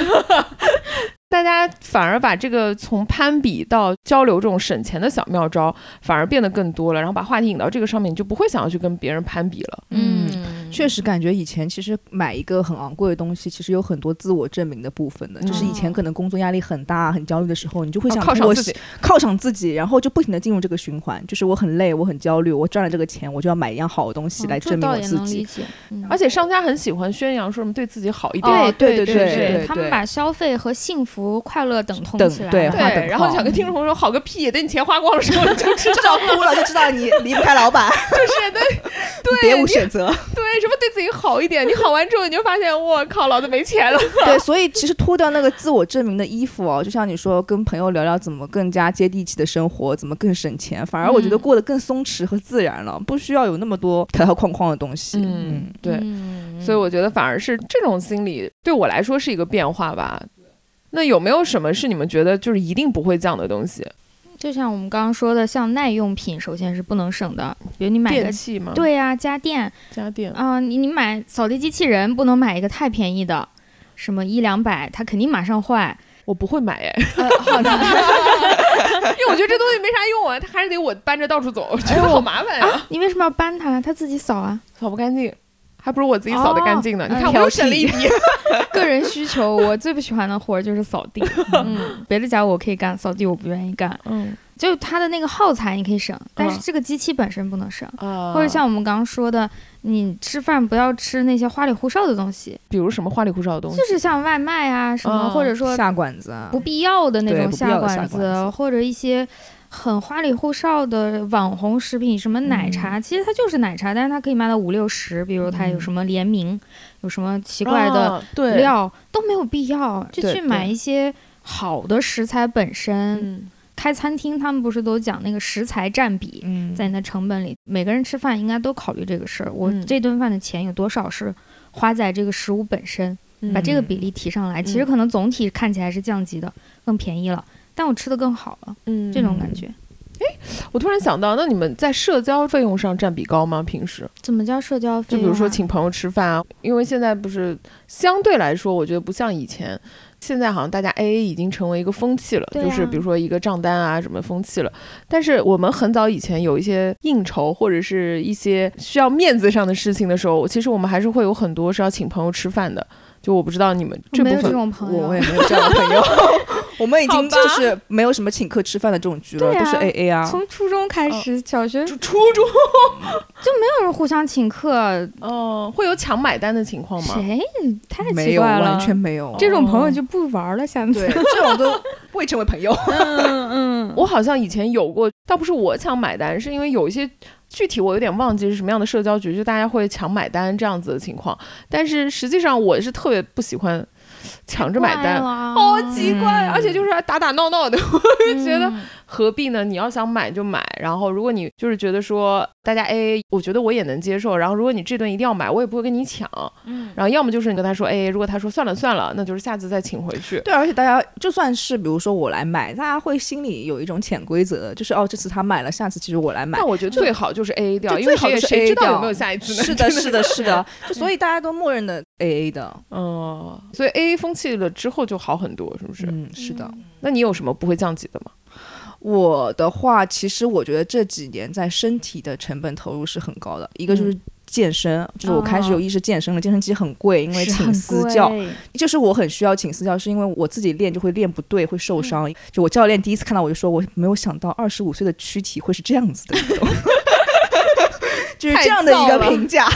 大家反而把这个从攀比到交流这种省钱的小妙招，反而变得更多了，然后把话题引到这个上面，你就不会想要去跟别人攀比了。嗯，确实感觉以前其实买一个很昂贵的东西，其实有很多自我证明的部分的。就是以嗯前可能工作压力很大、很焦虑的时候，哦你就会想靠通过赏自己，犒赏自己，然后就不停的进入这个循环。就是我很累，我很焦虑，我赚了这个钱，我就要买一样好的东嗯西来这证明倒我也自能理己。解，嗯而且商家很喜欢宣扬说什么对自己好一点。哦对对对对对对他对们把消费和幸福、快乐等同等起来对了，划等对，然后号想跟听众朋友说好个屁，等你钱花光的时候你就知 <laughs> 知道道哭了就知道你离不开老 <laughs> 板，就是 <laughs> 对别你无选 <laughs> 择。对什么对自己好一点，你好完之后你就发现我靠，老子没钱了。 <laughs> 对，所以其实脱掉那个自我证明的衣服哦，就像你说，跟朋友聊聊怎么更加接地气的生活，怎么更省钱，反而我觉得嗯过得更松弛和自然了，不需要有那么多条条框框的东西。嗯，对，嗯所以我觉得反而是这种心理对我来说是一个变化吧。那有没有什么是你们觉得就是一定不会降的东西？就像我们刚刚说的，像耐用品首先是不能省的，比如你买电个。器吗？，对呀、家电家电。啊、你你买扫地机器人不能买一个太便宜的，什么一两百，它肯定马上坏。 <laughs> 我不会买哎， <laughs> <laughs> 呃，好的，因为我觉得这东西没啥用啊，它还是得我搬着到 <laughs> 处走，觉得好麻烦呀、你为什么要搬它？它自己扫啊，扫不干净，还不如我自己扫的干净呢。哦你看嗯我又省了一笔。个人需求，我最不喜欢的活儿就是扫地。嗯，别的家务我可以干，扫地我不愿意干。嗯就它的那个耗材你可以省，但是这个机器本身不能省。啊，或者像我们刚刚说的，你吃饭不要吃那些花里胡哨的东西，比如什么花里胡哨的东西就，是像外卖啊什么，嗯或者说下馆子啊不，必要的那对种不必要的下馆馆子或者一些很花里胡哨的网红食品，什么嗯奶茶，其实它就是奶茶，但是它可以卖到五六十，比如它嗯有什么联名，有什么奇奇怪的啊对，料都没有必要，就哦对去对买一些好的食材本身。嗯，开餐厅他们不是都讲那个食材占比？嗯，在你的成本里，每个人吃饭应该都考虑这个事儿。我嗯这顿饭的钱有多少是花在这个食物本身，把这个比例提上来，其实嗯可能总体看起来是降级的，更便宜了，但我吃的更好了，嗯这种感觉。我突然想到，那你们在社交费用上占比高吗？平时怎么叫社交费、就啊？比如说请朋友吃饭啊，因为现在不是相对来说，我觉得不像以前，现在好像大家 A A 已经成为一个风气了，对啊就是比如说一个账单啊什么风气了。但是我们很早以前有一些应酬或者是一些需要面子上的事情的时候，其实我们还是会有很多是要请朋友吃饭的。就我不知道你们我这没部有这分种朋我我也友，没有这样的朋 <laughs> 友，我们已好经吧就是没有什么请客吃饭的这种局了，对啊都是 A A 啊。从初中开哦始，小学就初初中是互相请客，哦，会有抢买单的情况吗？谁太没奇有，怪完了。全没有。这种哦朋友就不玩了，下次 <laughs> 对。这种都未成为 <laughs> 朋友。嗯嗯，我好像以前有过，倒不是我抢买单，是因为有一些具体我有点忘记是什么样的社交局，就大家会抢买单这样子的情况。但是实际上我是特别不喜欢抢着买单，好好奇怪，嗯而且就是打打闹闹的，我哦就觉得嗯何必呢？你要想买就买，然后如果你就是觉得说大家 A A，我觉得我也能接受。然后如果你这顿一定要买，我也不会跟你抢。嗯然后要么就是你跟他说 A A，如果他说算了算了，那就是下次再请回去。对，而且大家就算是比如说我来买，大家会心里有一种潜规则，就是哦，这次他买了，下次其实我来买但。我觉得最好就是 A A 掉，就因为最好谁也就是谁 AA 知道有没掉有下一次呢？是的，真 <laughs> 是的，是的，就所以大家都默认的 A A 的，哦，所以 A A 风气了之后就好很多，是不是？嗯，是的。那你有什么不会降级的吗？我的话，其实我觉得这几年在身体的成本投入是很高的，一个嗯就是健身，就是我开始有意识健身了，健身机很贵，因为哦是请很私贵教，就是我很需要请私教，是因为我自己练就会练不对，会嗯受伤。就我教练第一次看到我就说，我没有想到二十五岁的躯体会是这样子的运 <laughs> 动。就是这样的一个评价，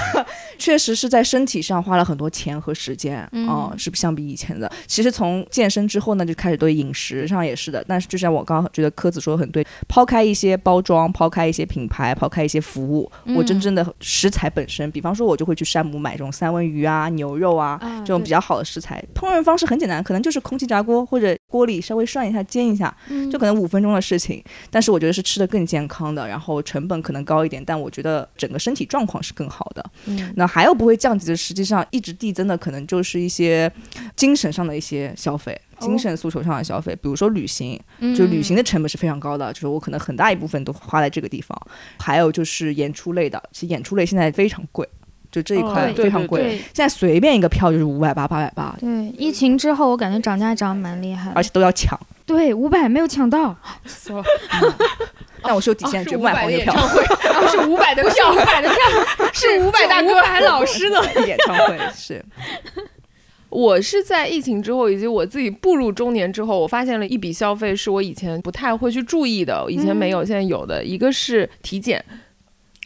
确实是在身体上花了很多钱和时间啊、嗯是不相比以前的。其实从健身之后呢，就开始对饮食上也是的。但是就像我刚刚觉得柯子说的很对，抛开一些包装，抛开一些品牌，抛开一些服务，我真嗯正的食材本身，比方说我就会去山姆买这种三文鱼啊、牛肉啊，啊这种比较好的食材。烹饪方式很简单，可能就是空气炸锅或者锅里稍微涮一下、煎一下，嗯就可能五分钟的事情。但是我觉得是吃的更健康的，然后成本可能高一点，但我觉得整个身体状况是更好的。嗯那还有不会降级的，实际上一直递增的可能就是一些精神上的一些消费，哦精神诉求上的消费，比如说旅行，嗯就旅行的成本是非常高的，就是我可能很大一部分都花在这个地方。还有就是演出类的，其实演出类现在非常贵，就这一哦块对非常对贵，对现在随便一个票就是五百八、八百八，对，疫情之后我感觉涨价涨得蛮厉害的，而且都要抢。哦对五百没有抢到，但我是有底哦线，是绝不买500黄的叶演票。唱 <laughs> 会，不啊是五百的票，五百的 <laughs> 票是五百大哥， 500老师呢？演唱会是， <laughs> 我是在疫情之后，以及我自己步入中年之后，我发现了一笔消费是我以前不太会去注意的，以前没有，现在有的。一个是体检，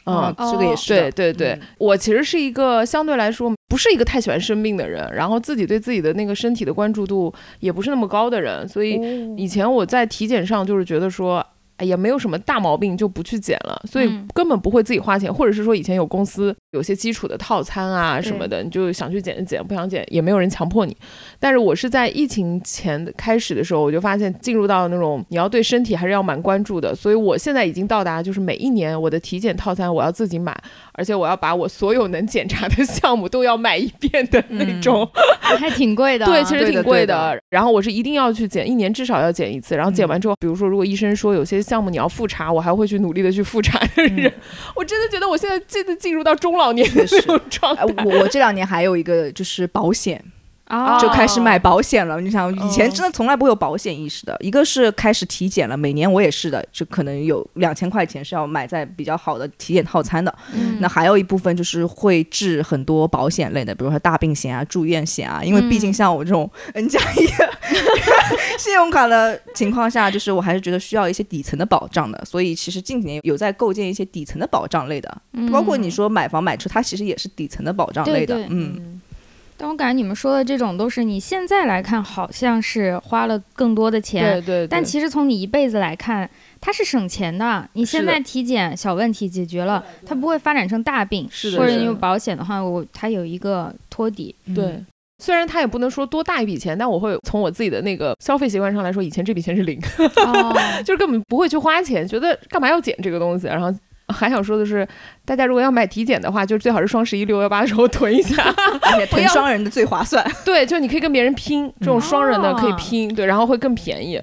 嗯，嗯，这个也哦是的。对对对，嗯我其实是一个相对来说不是一个太喜欢生病的人，然后自己对自己的那个身体的关注度也不是那么高的人，所哦以嗯以前我在体检上就是觉得说。哎呀，没有什么大毛病就不去检了，所以嗯根本不会自己花钱，或者是说以前有公司有些基础的套餐啊什么对的，你就想去检就检，不想检也没有人强迫你。但是我是在疫情前的开始的时候，我就发现进入到那种你要对身体还是要蛮关注的，所以我现在已经到达就是每一年我的体检套餐我要自己买，而且我要把我所有能检查的项目都要买一遍的那嗯种。还挺贵的啊，对，其实对的挺贵对的然后我是一定要去检，一年至少要检一次。然后检嗯完之后，比如说如果医生说有些项目你要复查，我还会去努力的去复查的嗯 <laughs> 人。我真的觉得我现在真的进入到中老年的确那实种状态哎，。我我这两年还有一个就是保险，哦就开始买保险了。你想，哦以前真的从来不会有保险意识的。一个是开始体检了，每年我也是的，就可能有两千块钱是要买在比较好的体检套餐的。嗯那还有一部分就是会治很多保险类的，比如说大病险啊、住院险啊，因为毕竟嗯像我这种 N 加一信用卡的情况下，就是我还是觉得需要一些底层的保障的。所以其实近几年有在构建一些底层的保障类的，嗯嗯包括你说买房买车，它其实也是底层的保障类的。对对嗯，但我感觉你们说的这种都是你现在来看好像是花了更多的钱，啊对对，但对其实从你一辈子来看，它是省钱的。你现是的在体检小问题解决了，它不会发展成大病。是的或者是你的用保险的话，我它有一个托底。对。嗯虽然他也不能说多大一笔钱，但我会从我自己的那个消费习惯上来说，以前这笔钱是零， <laughs> 哦， <laughs> 就是根本不会去花钱，觉得干嘛要减这个东西。啊然后还想说的是，大家如果要买体检的话，就最好是双十一、六幺八的时候囤一下。而且不囤要 <laughs> 双人的最划算。对，就你可以跟别人拼，这种双人的可以哦拼，对，然后会更便宜。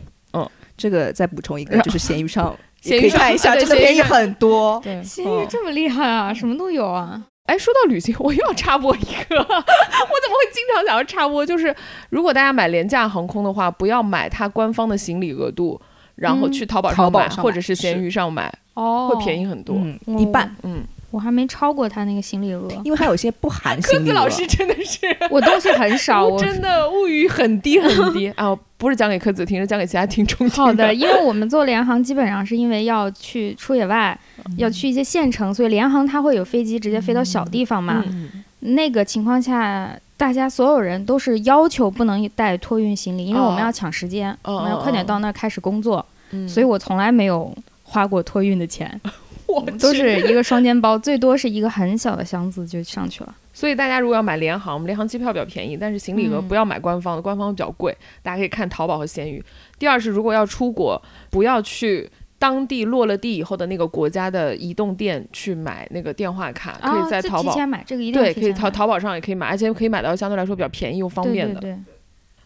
这个再补充一个，然后就是闲鱼上闲鱼也可以上看一下，对真的闲鱼便宜上很多。对，闲鱼这么厉害啊，什么都有啊。哎，说到旅行，我又要插播一个， <laughs> 我怎么会经常想要插播？就是如果大家买廉价航空的话，不要买它官方的行李额度，然后嗯去淘宝淘上宝买，上或买者是闲鱼上买，哦，会便宜很多。嗯，一半，，嗯，我还没超过他那个行李额因为它有些不 <laughs> 含科行李子额。老师真的 <laughs> 是我东西 <laughs> 很少。我真的物欲很低很 <laughs> 低啊！不是讲给科子听，是讲给其他听众听好的，因为我们做联航基本上是因为要去出野外，嗯要去一些县城，所以联航它会有飞机直接飞到小地方嘛。嗯，那个情况下，大家所有人都是要求不能带托运行李，因为哦我们要抢时间，哦我们要快点到那儿开始工作，嗯所以我从来没有花过托运 <laughs> 的钱，我都去是一个双肩包，最多是一个很小的箱子就上去了。所以大家如果要买联航，我们联航机票比较便宜，但是行李额嗯不要买官方的，官方比较贵，大家可以看淘宝和闲鱼。第二是，如果要出国，不要去当地落了地以后的那个国家的移动店去买那个电话卡，可以啊在这淘宝提。前买这个一定要对，可提前以买淘淘宝上也可以买，而且可以买到相对来说比较便宜又方对便的。对对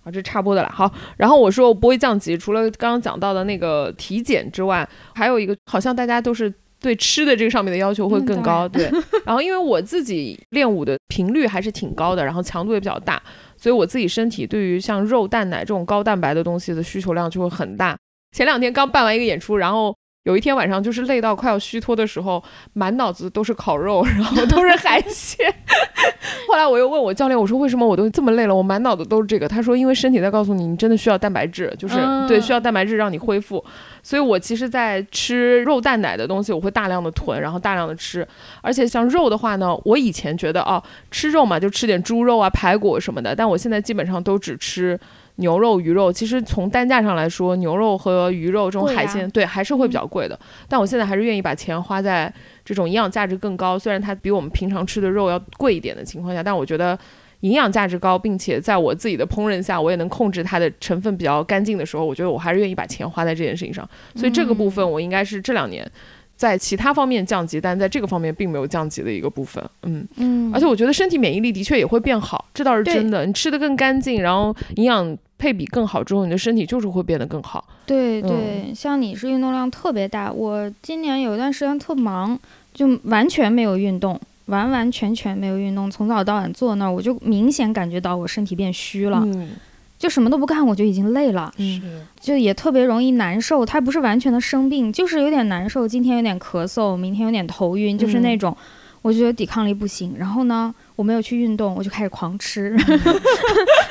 啊，这差不多的了。好，然后我说我不会降级，除了刚刚讲到的那个体检之外，还有一个好像大家都是对吃的这个上面的要求会嗯更当高，对。然后因为我自己练舞的频率还是挺高的，然后强度也比较大，所以我自己身体对于像肉、蛋奶这种高蛋白的东西的需求量就会很大。前两天刚办完一个演出，然后。有一天晚上就是累到快要虚脱的时候，满脑子都是烤肉，然后都是海鲜， <laughs> 后来我又问我教练，我说为什么我都这么累了，我满脑子都是这个。他说，因为身体在告诉你，你真的需要蛋白质，就是、嗯对需要蛋白质让你恢复。所以我其实，在吃肉蛋奶的东西，我会大量的囤，然后大量的吃。而且像肉的话呢，我以前觉得哦，吃肉嘛就吃点猪肉啊、排骨什么的，但我现在基本上都只吃。牛肉、鱼肉，其实从单价上来说，牛肉和鱼肉这种贵啊海鲜，对还是会比嗯较贵的。但我现在还是愿意把钱花在这种营养价值更高，虽然它比我们平常吃的肉要贵一点的情况下，但我觉得营养价值高，并且在我自己的烹饪下，我也能控制它的成分比较干净的时候，我觉得我还是愿意把钱花在这件事情上。所以这个部嗯分我应该是这两年在其他方面降级，但在这个方面并没有降级的一个部分。嗯，嗯，而且我觉得身体免疫力的确也会变好，这倒是对真的。你吃的更干净，然后营养配比更好之后，你的身体就是会变得更好。对对，像你是运动量特别大，我今年有一段时间特忙，就完全没有运动，完完全全没有运动，从早到晚坐那儿，我就明显感觉到我身体变虚了，嗯，就什么都不干，我就已经累了，嗯，就也特别容易难受。它不是完全的生病，就是有点难受，今天有点咳嗽，明天有点头晕，就是那嗯种。我就觉得抵抗力不行，然后呢，我没有去运动，我就开始狂吃， <laughs>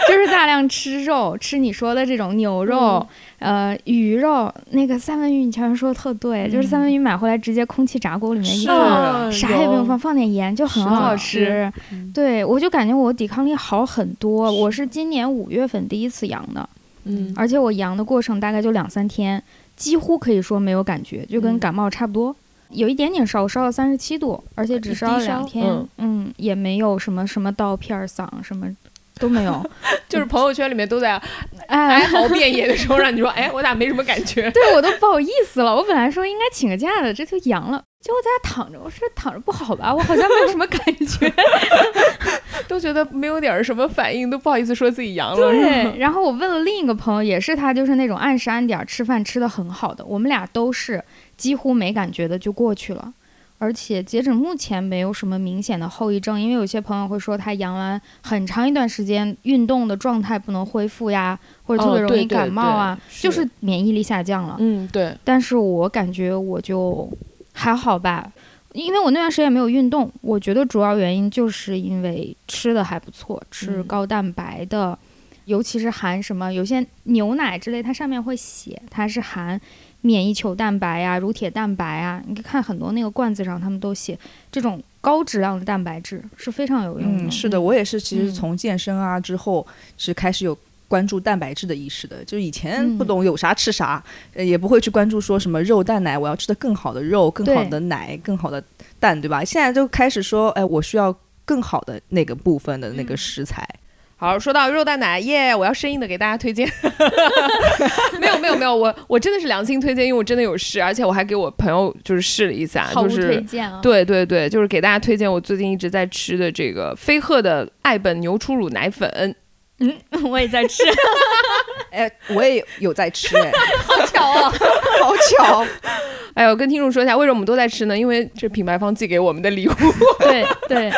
就是大量吃肉，吃你说的这种牛肉，嗯呃，鱼肉那个三文鱼，你前面说的特对，就是三文鱼买回来直接空气炸锅里面一是放，啊啥也不用放，。放点盐就很好是啊嗯吃。对我就感觉我抵抗力好很多，我是今年五月份第一次阳的，有嗯，而且我阳的过程大概就两三天，几乎可以说没有感觉，就跟嗯感冒差不多。有一点点烧，我烧到三十七度，而且只烧了低烧两天，嗯嗯，也没有什么什么刀片儿嗓什么都没有，就是朋友圈里面都 <laughs> 在哎哀，<laughs> 嚎遍野的时候，让你说，哎，我咋没什么感觉？对我都不好意思了。我本来说应该请个假的，这就阳了。结果在家躺着，我说躺着不好吧？我好像没有什么感觉。 <laughs> 都觉得没有点儿什么反应，都不好意思说自己阳了。对，然后我问了另一个朋友，也是他，就是那种按时按点儿吃饭吃的很好的，我们俩都是几乎没感觉的就过去了。而且截止目前没有什么明显的后遗症，因为有些朋友会说他阳完很长一段时间运动的状态不能恢复呀，或者特别容易感冒啊，哦对对对就是免疫力下降了。 <laughs> 嗯，对，但是我感觉我就还好吧，因为我那段时间也没有运动。我觉得主要原因就是因为吃的还不错，吃嗯高蛋白的，尤其是含什么有些牛奶之类，它上面会写它是含免疫球蛋白呀、乳铁蛋白啊。你看很多那个罐子上，他们都写这种高质量的蛋白质是非常有用的。嗯，是的，我也是，其嗯实从健身啊之后是开始有。关注蛋白质的意识的，就以前嗯不懂有啥吃啥，呃也不会去关注说什么肉蛋奶，我要吃的更好的肉、更好的奶、更好的蛋，对吧？现在就开始说，哎，我需要更好的那个部分的那个嗯食材。好，说到肉蛋奶，耶、我要生硬的给大家推荐。 <laughs> 没有没有没有，我我真的是良心推荐，因为我真的有试，而且我还给我朋友就是试了一下，好就物推是。荐啊！对对对，就是给大家推荐我最近一直在吃的这个飞鹤的爱本牛初乳奶粉，嗯 <laughs> 我也在吃，哎，我也有在吃，哎，好巧啊！好 <laughs> 巧，哎呦，跟听众说一下，为什么我们都在吃呢？因为这品牌方寄给我们的礼物，对对，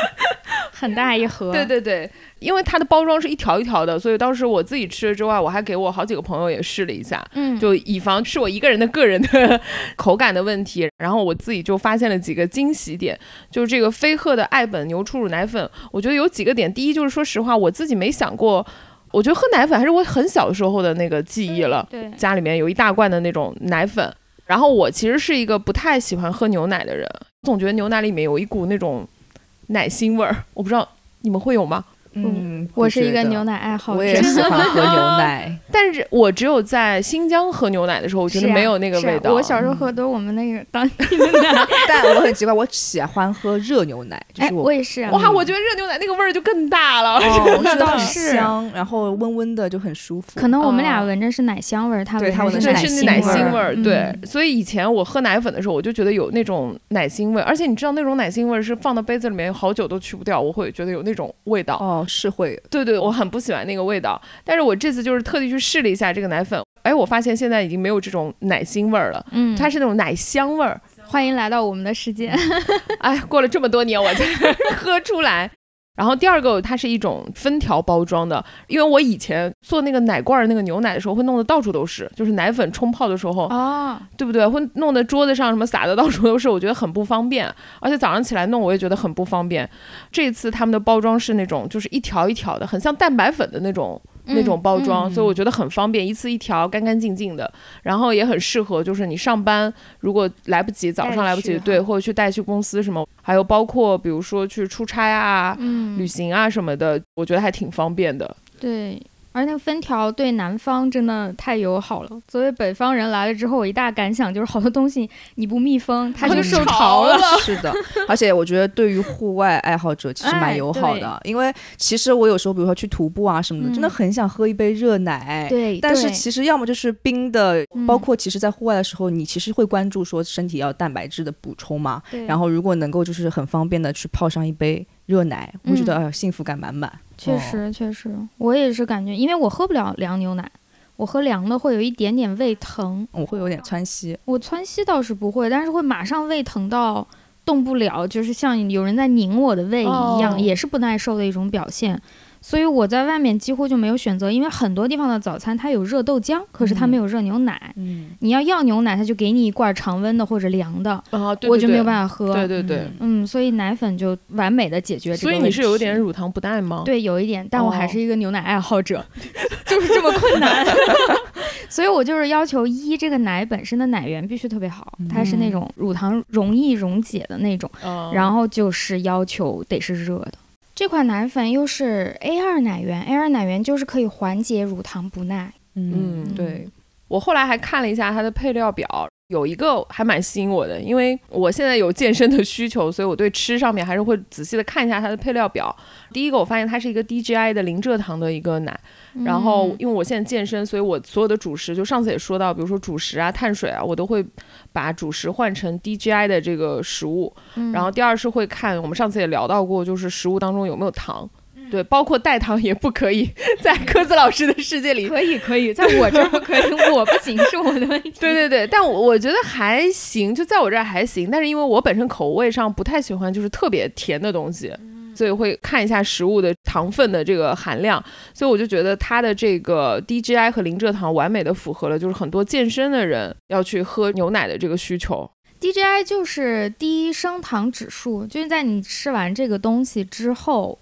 很大一盒，对对对，因为它的包装是一条一条的，所以当时我自己吃了之外，我还给我好几个朋友也试了一下，嗯，就以防是我一个人的个人的 <laughs> 口感的问题。然后我自己就发现了几个惊喜点，就是这个飞鹤的爱本牛初乳奶粉，我觉得有几个点。第一就是说实话，我自己没想过，我觉得喝奶粉还是我很小时候的那个记忆了。对，家里面有一大罐的那种奶粉。然后我其实是一个不太喜欢喝牛奶的人，总觉得牛奶里面有一股那种奶腥味儿，我不知道你们会有吗？嗯，我是一个牛奶，奶爱好者，我也 <laughs> 喜欢喝牛奶，但是我只有在新疆喝牛奶的时候，我觉得是啊没有那个是啊味道。我小时候喝都是我们那个 <laughs> 当地的奶，但我很奇怪，我喜欢喝热牛奶，就哎，是我也是啊，哇，嗯我觉得热牛奶那个味儿就更大了。哦，那那倒倒是啊是香，然后温温的就很舒服。可能我们俩哦闻着是奶香味儿，他对闻他着闻对，着奶是是奶奶腥腥味味儿儿，嗯对，所以以前我喝奶粉的时候，我就觉得有那种奶腥味儿，而且你知道那种奶腥味儿是放到杯子里面好久都去不掉，我会觉得有那种味道。哦，是会，对对，我很不喜欢那个味道，但是我这次就是特地去试了一下这个奶粉，哎，我发现现在已经没有这种奶腥味儿了，嗯，它是那种奶香味 <laughs> 儿。欢迎来到我们的世界，哎，过了这么多年我才喝出来。然后第二个，它是一种分条包装的，因为我以前做那个奶罐儿那个牛奶的时候，会弄得到处都是，就是奶粉冲泡的时 <laughs> 候，哦，对不对？会弄得桌子上什么撒的到处都是，我觉得很不方便。而且早上起来弄，我也觉得很不方便。这次他们的包装是那种，就是一条一条的，很像蛋白粉的那种那种包装，嗯所以我觉得很方便，一次一条，干干净净的，然后也很适合，就是你上班如果来不及，早上来不带及，去哈对，或者去带去公司什么，还有包括比如说去出差啊、嗯，旅嗯，行啊什么的，我觉得还挺方便的。对。而那个分条对南方真的太友好了。作为北方人来了之后，我一大感想就是好多东西你不密封，它就受潮了。是的，而且我觉得对于户外爱好者其实哎蛮友好的，因为其实我有时候比如说去徒步啊什么的，嗯真的很想喝一杯热奶。对，但是对其实要么就是冰的，嗯包括其实，在户外的时候，你其实会关注说身体要蛋白质的补充嘛。对然后如果能够就是很方便的去泡上一杯热奶，会觉得嗯哎呦幸福感满满。确哦实确实，我也是感觉，因为我喝不了凉牛奶，我喝凉的会有一点点胃疼。我会有点窜稀，我窜稀倒是不会，但是会马上胃疼到动不了，就是像有人在拧我的胃一样，哦也是不耐受的一种表现。所以我在外面几乎就没有选择，因为很多地方的早餐它有热豆浆，可是它没有热牛奶。嗯，你要要牛奶，它就给你一罐常温的或者凉的，啊，对我就没有办法喝。对对对。嗯嗯，所以奶粉就完美的解决这所个问以题。你是有点乳糖不耐吗？对，有一点，但我还哦是一个牛奶爱好者， <laughs> 就是这么 <laughs> 困难。 <laughs> 所以我就是要求一，这个奶本身的奶源必须特别好，它是那嗯种乳糖容易溶解的那种，嗯，然后就是要求得是热的。这款奶粉又是 A 二奶源，A 二奶源就是可以缓解乳糖不耐。嗯嗯，对，我后来还看了一下它的配料表，有一个还蛮吸引我的，因为我现在有健身的需求，所以我对吃上面还是会仔细的看一下它的配料表。第一个，我发现它是一个 DGI 的零蔗糖的一个奶，嗯然后因为我现在健身，所以我所有的主食，就上次也说到，比如说主食啊、碳水啊，我都会把主食换成 DGI 的这个食物。嗯，然后第二是会看，我们上次也聊到过，就是食物当中有没有糖。嗯对，包括代糖也不可以， <laughs> 在柯子老师的世界里可以可以，在我这儿不可以，我不行是我的问题。对对对，但我我觉得还行，就在我这儿还行。但是因为我本身口味上不太喜欢就是特别甜的东西，所以会看一下食物的糖分的这个含量。所以我就觉得它的这个 DGI 和零蔗糖完美的符合了，就是很多健身的人要去喝牛奶的这个需求。 DJI 就是低升糖指数，就是在你吃完这个东西之后，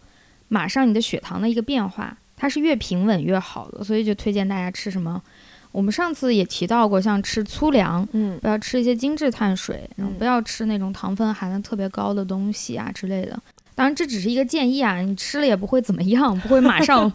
马上你的血糖的一个变化，它是越平稳越好的，所以就推荐大家吃什么。我们上次也提到过，像吃粗粮，嗯不要吃一些精致碳水，然后嗯不要吃那种糖分含量特别高的东西啊之类的。当然，这只是一个建议啊，你吃了也不会怎么样，不会 <laughs> 马上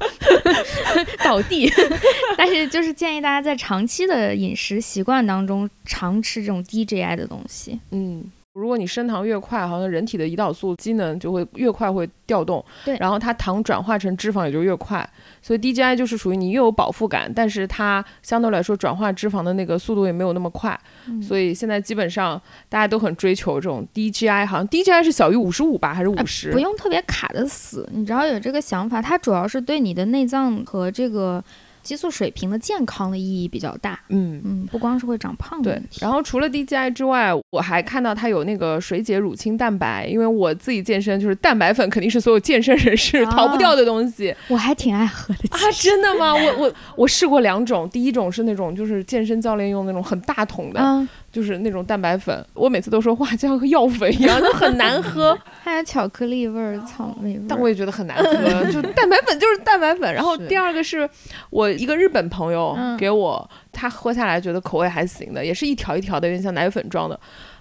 倒地。 <laughs> 但是就是建议大家在长期的饮食习惯当中，常吃这种 DJI 的东西。嗯。如果你升糖越快，好像人体的胰岛素机能就会越快会调动，对然后它糖转化成脂肪也就越快，所以 DGI 就是属于你又有饱腹感，但是它相对来说转化脂肪的那个速度也没有那么快，嗯所以现在基本上大家都很追求这种 DGI，好像 DGI 是小于五十五吧，还是哎五十、不用特别卡的死，你只要有这个想法，它主要是对你的内脏和这个激素水平的健康的意义比较大。嗯。嗯，不光是会长胖的对问，题，然后除了 DGI 之外，我还看到它有那个水解乳清蛋白，因为我自己健身，就是蛋白粉肯定是所有健身人士啊逃不掉的东西我还挺爱喝的。啊！真的吗？我我我试过两种，第一种是那种就是健身教练用那种很大桶的，嗯，就是那种蛋白粉，我每次都说哇，就像喝药粉一样，就很难喝。还有巧克力味儿、草莓味儿。但我也觉得很难喝，就蛋白粉就是蛋白粉。然后是第二个是我一个日本朋友嗯给我，他喝下来觉得口味还行的，也是一条一条的，有点像奶粉装的，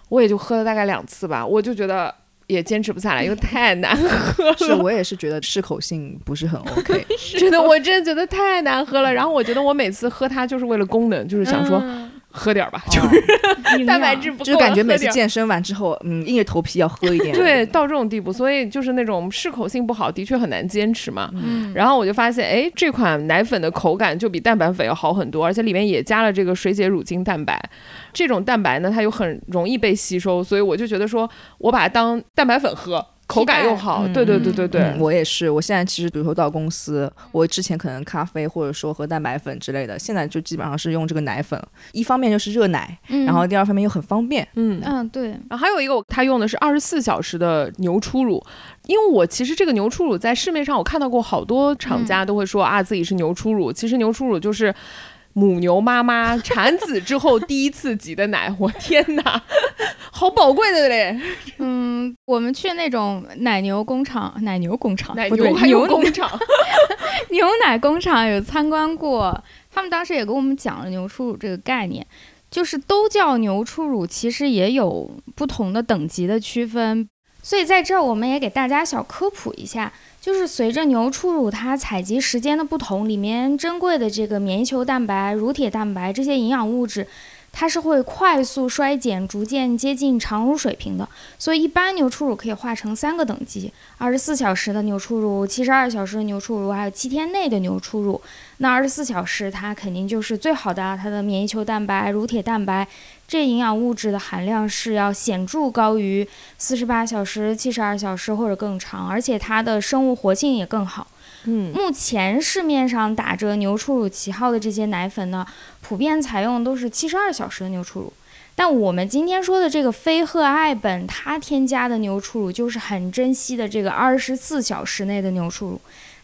我也就喝了大概两次吧，我就觉得也坚持不下来，因为太难 <laughs> 喝是了，我也是觉得适口性不 <laughs> 是很 OK。真的，我真的觉得太难喝了。然后我觉得我每次喝它就是为了功能，就是想嗯说喝点儿吧，就是是营 <laughs> 蛋白 <laughs> 养质不够了，哦就是感觉每次喝点儿。健身完之后，嗯，硬着头皮要喝一点。对，到这种地步，所以就是那种适口性不好，的确很难坚持嘛。嗯，然后我就发现，哎，这款奶粉的口感就比蛋白粉要好很多，而且里面也加了这个水解乳清蛋白。这种蛋白呢，它又很容易被吸收，所以我就觉得说，我把它当蛋白粉喝，口感又好。嗯对对对对对，嗯我也是。我现在其实，比如说到公司，我之前可能咖啡或者说喝蛋白粉之类的，现在就基本上是用这个奶粉。一方面就是热奶，嗯然后第二方面又很方便。嗯。嗯，对，然后还有一个，它用的是二十四小时的牛初乳，因为我其实这个牛初乳在市面上我看到过好多厂嗯家都会说啊自己是牛初乳，其实牛初乳就是母牛妈 <laughs> 妈产子之后第一次挤的奶，我天哪，好宝贵的嘞！嗯，我们去那种奶牛工厂，奶牛工厂，奶不对牛还有牛工厂，牛奶工厂有参观过，他们当时也跟我们讲了牛初乳这个概念，就是都叫牛初乳，其实也有不同的等级的区分。所以在这儿，我们也给大家小科普一下，就是随着牛初乳它采集时间的不同，里面珍贵的这个棉球蛋白、乳铁蛋白这些营养物质，它是会快速衰减，逐渐接近常乳水平的。所以一般牛初乳可以划成三个等级：二十四小时的牛初乳、七十二小时的牛初乳，还有七天内的牛初乳。那二十四小时它肯定就是最好的、啊，它的棉球蛋白、乳铁蛋白这营养物质的含量是要显著高于四十八小时、七十二小时或者更长，而且它的生物活性也更好。嗯，目前市面上打着牛初乳旗号的这些奶粉呢，普遍采用都是七十二小时的牛初乳。但我们今天说的这个非赫爱本，它添加的牛初乳就是很珍惜的这个二十四小时内的牛初乳。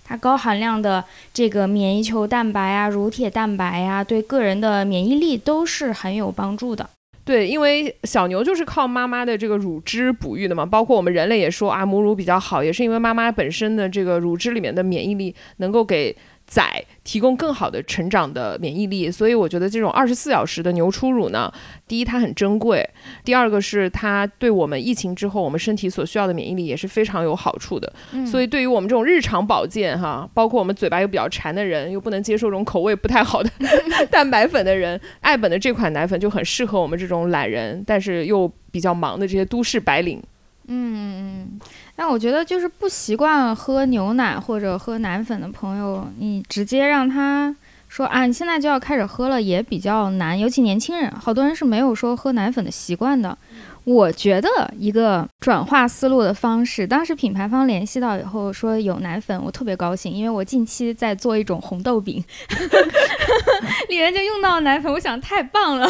它高含量的这个免疫球蛋白啊、乳铁蛋白啊，对个人的免疫力都是很有帮助的。对，因为小牛就是靠妈妈的这个乳汁哺育的嘛，包括我们人类也说啊，母乳比较好，也是因为妈妈本身的这个乳汁里面的免疫力能够给崽提供更好的成长的免疫力，所以我觉得这种二十四小时的牛初乳呢，第一它很珍贵，第二个是它对我们疫情之后我们身体所需要的免疫力也是非常有好处的。嗯所以对于我们这种日常保健哈，包括我们嘴巴又比较馋的人，又不能接受这种口味不太好的 <laughs> 蛋白粉的人，爱本的这款奶粉就很适合我们这种懒人，但是又比较忙的这些都市白领。嗯嗯，但我觉得就是不习惯喝牛奶或者喝奶粉的朋友，你直接让他说啊，你现在就要开始喝了，也比较难，尤其年轻人，好多人是没有说喝奶粉的习惯的。我觉得一个转化思路的方式，当时品牌方联系到以后说有奶粉，我特别高兴，因为我近期在做一种红豆饼， <laughs> 里面就用到奶粉，我想太棒了，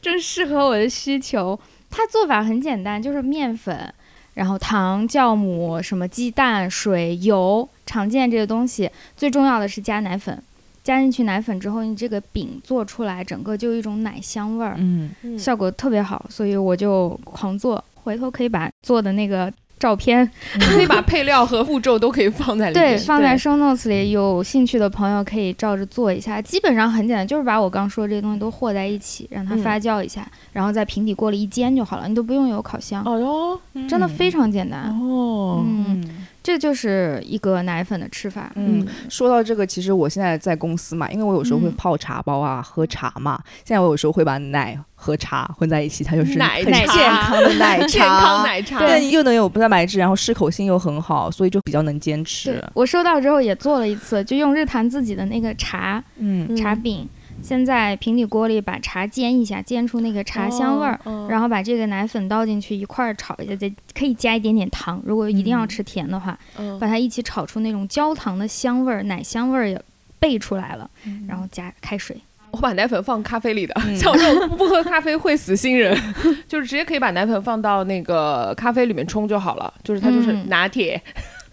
正适合我的需求。它做法很简单，就是面粉，然后糖、酵母、什么鸡蛋、水、油，常见这些东西。最重要的是加奶粉，加进去奶粉之后，你这个饼做出来，整个就有一种奶香味儿，嗯，效果特别好，所以我就狂做。回头可以把做的那个照片，嗯可以把配料和步骤都可以放在里面。对，放在对 show notes 里，有兴趣的朋友可以照着做一下。基本上很简单，就是把我刚说这些东西都和在一起，让它嗯发酵一下，然后在平底锅里一煎就好了，你都不用有烤箱。哦哟真的非常简单。哦，嗯，嗯这就是一个奶粉的吃法。嗯，说到这个，其实我现在在公司嘛，因为我有时候会嗯泡茶包啊，喝茶嘛。现在我有时候会把奶和茶混在一起，它就是奶很奶健茶康的奶 <laughs> 茶，健康奶茶。对，又能有蛋白质，然后适口性又很好，所以就比较能坚对持。，我收到之后也做了一次，就用日坛自己的那个茶嗯，茶饼，先在平底锅里把茶煎一下，煎出那个茶香味儿。哦，然后把这个奶粉倒进去一块儿炒一下，再可以加一点点糖。如果一定要嗯吃甜的话，嗯把它一起炒出那种焦糖的香味儿，奶香味儿也焙出来了，嗯然后加开水。我把奶粉放咖啡里的，嗯像我这种不喝咖啡会死心人， <laughs> 就是直接可以把奶粉放到那个咖啡里面冲就好了，就是它就是嗯拿铁。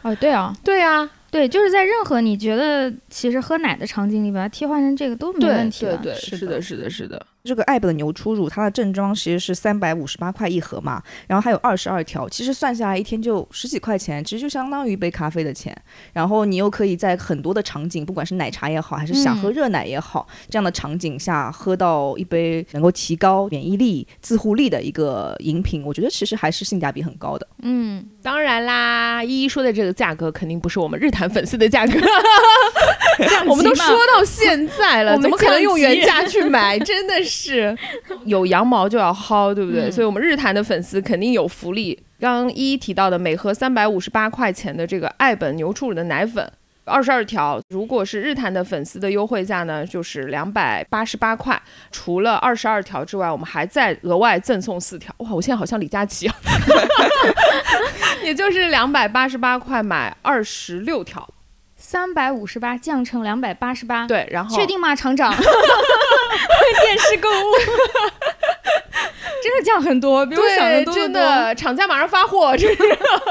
哦，对哦，对啊，对，就是在任何你觉得其实喝奶的场景里，把它替换成这个都嗯没对问题啊对的。对，是是的的，是的，是的。这个爱本的牛初乳，它的正装其实是三百五十八块一盒嘛，然后还有二十二条，其实算下来一天就十几块钱，其实就相当于一杯咖啡的钱。然后你又可以在很多的场景，不管是奶茶也好，还是想喝嗯热奶也好，这样的场景下喝到一杯能够提高免疫力、自护力的一个饮品，我觉得其实还是性价比很高的。嗯，当然啦，依依说的这个价格肯定不是我们日坛粉丝的价格， <laughs> 我们都说到现在了，我们怎么可能用降级原价去买？ <laughs> 真的是有羊毛就要薅，对不对？嗯所以我们日坛的粉丝肯定有福利。刚刚依依提到的每盒三百五十八块钱的这个爱本牛初乳的奶粉。二十二条，如果是日坛的粉丝的优惠价呢，就是两百八十八块。除了二十二条之外，我们还再额外赠送四条。哇，我现在好像李佳琦啊， <laughs> 也就是两百八十八块买二十六条。三百五十八降成两百八 <laughs> 十八，，对，然后确定吗，厂长？电视购物 <laughs> 真的降很多，比我对，想的多得真多。的，厂家马上发货，这是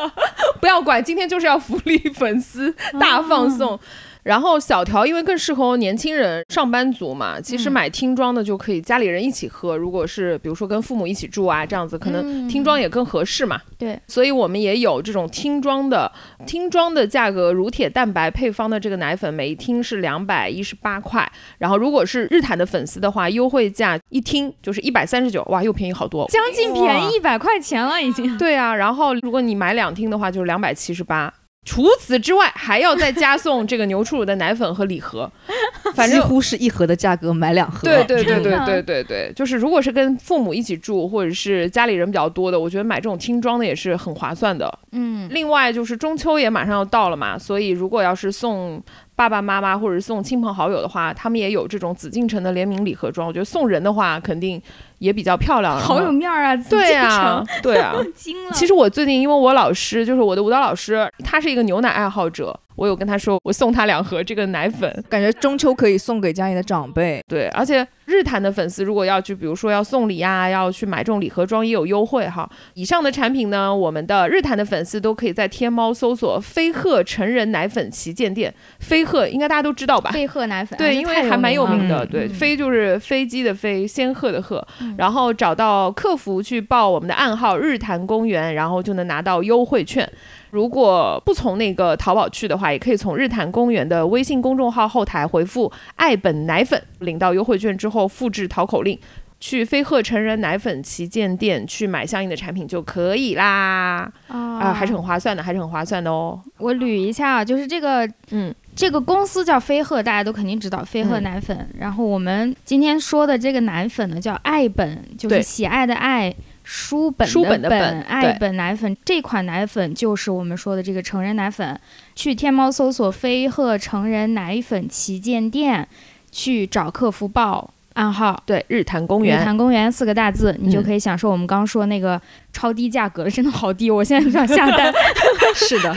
<laughs> 不要管，今天就是要福利粉丝啊大放送。然后小条因为更适合年轻人、上班族嘛，其实嗯买听装的就可以家里人一起喝。如果是比如说跟父母一起住啊，这样子可能嗯听装也更合适嘛。对，所以我们也有这种听装的，听装的价格，乳铁蛋白配方的这个奶粉，每一听是两百一十八块。然后如果是日坛的粉丝的话，优惠价一听就是一百三十九，哇，又便宜好多。哦哎将近便宜一百块钱了已经。对啊，然后如果你买两听的话，就是两百七十八。除此之外，还要再加送这个牛初乳的奶粉和礼 <laughs> 盒， <laughs> 反正几乎是一盒的价格买两盒。对对对真对的对对对，就是如果是跟父母一起住，或者是家里人比较多的，我觉得买这种听装的也是很划算的。嗯，另外就是中秋也马上要到了嘛，所以如果要是送爸爸妈妈或者是送亲朋好友的话，他们也有这种紫禁城的联名礼盒装。我觉得送人的话，肯定也比较漂亮。然后好有面儿啊，对呀、啊，对啊， <laughs> 惊了。其实实我最近因为我老师就是我的舞蹈老师，他是一个牛奶爱好者，我有跟他说我送他两盒这个奶粉。 <laughs> 感觉中秋可以送给家里的长辈，对，而且日坛的粉丝如果要去，比如说要送礼呀、要去买这种礼盒装也有优惠哈。以上的产品呢，我们的日坛的粉丝都可以在天猫搜索“飞鹤成人奶粉旗舰店”，飞鹤应该大家都知道吧？贝赫奶粉啊，对，这因太为还蛮有有名了的，对，嗯飞就是飞机的飞，仙鹤的鹤，嗯然后找到客服去报我们的暗号“日坛公园”，然后就能拿到优惠券。如果不从那个淘宝去的话，也可以从日坛公园的微信公众号后台回复“爱本奶粉”，领到优惠券之后复制淘口令，去飞鹤成人奶粉旗舰店去买相应的产品就可以啦。啊、啊，还是很划算的，还是很划算的哦。我捋一下啊，就是这个嗯，这个公司叫飞鹤，大家都肯定知道飞鹤嗯奶粉。然后我们今天说的这个奶粉呢，叫爱本，就是对喜爱的爱。书本书本的的本爱本奶粉这款奶粉就是我们说的这个成人奶粉。去天猫搜索“飞鹤成人奶粉旗舰店”，去找客服报暗号对，日坛“公日园。坛公园”四个大字，你就嗯可以享受我们刚说那个超低价格了，真的好低，我现在就想下单。 <laughs> 是 <laughs> 的，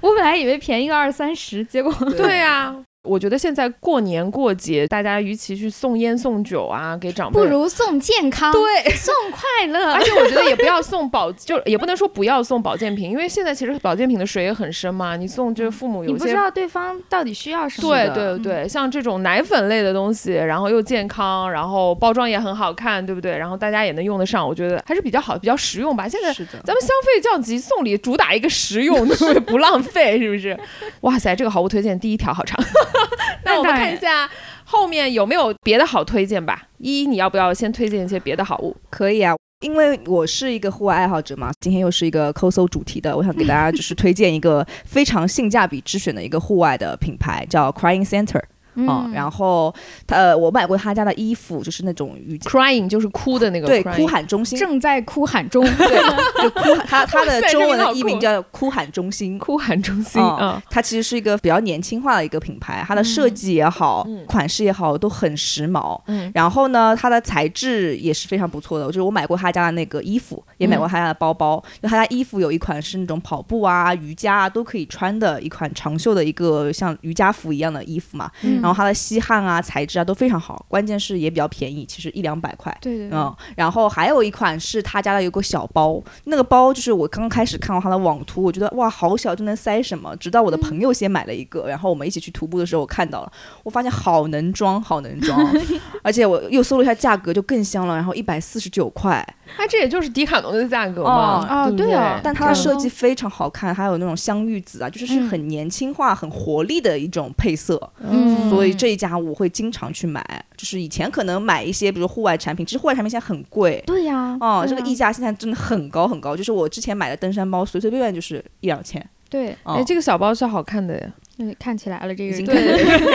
我本来以为便宜个二三十，结果对啊，我觉得现在过年过节，大家与其去送烟送酒啊，给长辈，不如送健康，对。送快 <laughs> 乐而。且我觉得也不要送保， <laughs> 就也不能说不要送保健品，因为现在其实保健品的水也很深嘛。你送就是父母你有不知些，道嗯对方到底需要什么。对的对对，像这种奶粉类的东西，然后又健康，然后包装也很好看，对不对？然后大家也能用得上，我觉得还是比较好，比较实用吧。现在是的，咱们消费降级送礼主打一个实用， <laughs> 对不对？不浪费，是不是？哇塞，这个好物推荐第一条好长。 <laughs> 那我们那当然看一下后面有没有别的好推荐吧。一，你要不要先推荐一些别的好物？可以啊。因为我是一个户外爱好者嘛，今天又是一个抠搜主题的，我想给 <laughs> 大家就是推荐一个非常性价比之选的一个户外的品牌，叫 Crying Center 嗯嗯啊、然后它呃，我买过他家的衣服，就是那种瑜伽 Crying 就是哭的那个对 crying 哭喊中心，正在哭喊中，对，就哭喊，它它哇的塞中 <laughs> 这文名好的酷译名叫哭喊中心。哭喊中心哦啊、它其实是一个比较年轻化的一个品牌，它的设计也好，嗯款式也好，都很时髦。嗯然后呢，它的材质也是非常不错的，就是我买过他家的那个衣服，也买过他家的包包。就他家衣服有一款是那种跑步啊、瑜伽啊都可以穿的一款长袖的一个像瑜伽服一样的衣服嘛。嗯然后它的吸汗啊、材质啊都非常好，关键是也比较便宜，其实一两百块。对对对，嗯，然后还有一款是他家的有个小包，那个包就是我刚开始看到它的网图，我觉得哇好小，就能塞什么？直到我的嗯朋友先买了一个，然后我们一起去徒步的时候我看到了，我发现好能装，好能装， <laughs> 而且我又搜了一下价格，就更香了，然后一百四十九块，它这也就是迪卡侬的价格嘛。哦哦对不对哦但但它看的设到计非常好看，还有那种香芋紫啊，就是是嗯很年轻化、很活力的一种配色。嗯所以这一家我会经常去买，就是以前可能买一些，比如户外产品，其实户外产品现在很贵，对呀，哦，对啊这个呀溢价现在真的很高很高，就是我之前买的登山包，随随便便就是一两千。对，哦、哎，这个小包是好看的呀。嗯看起来了这已个经人。对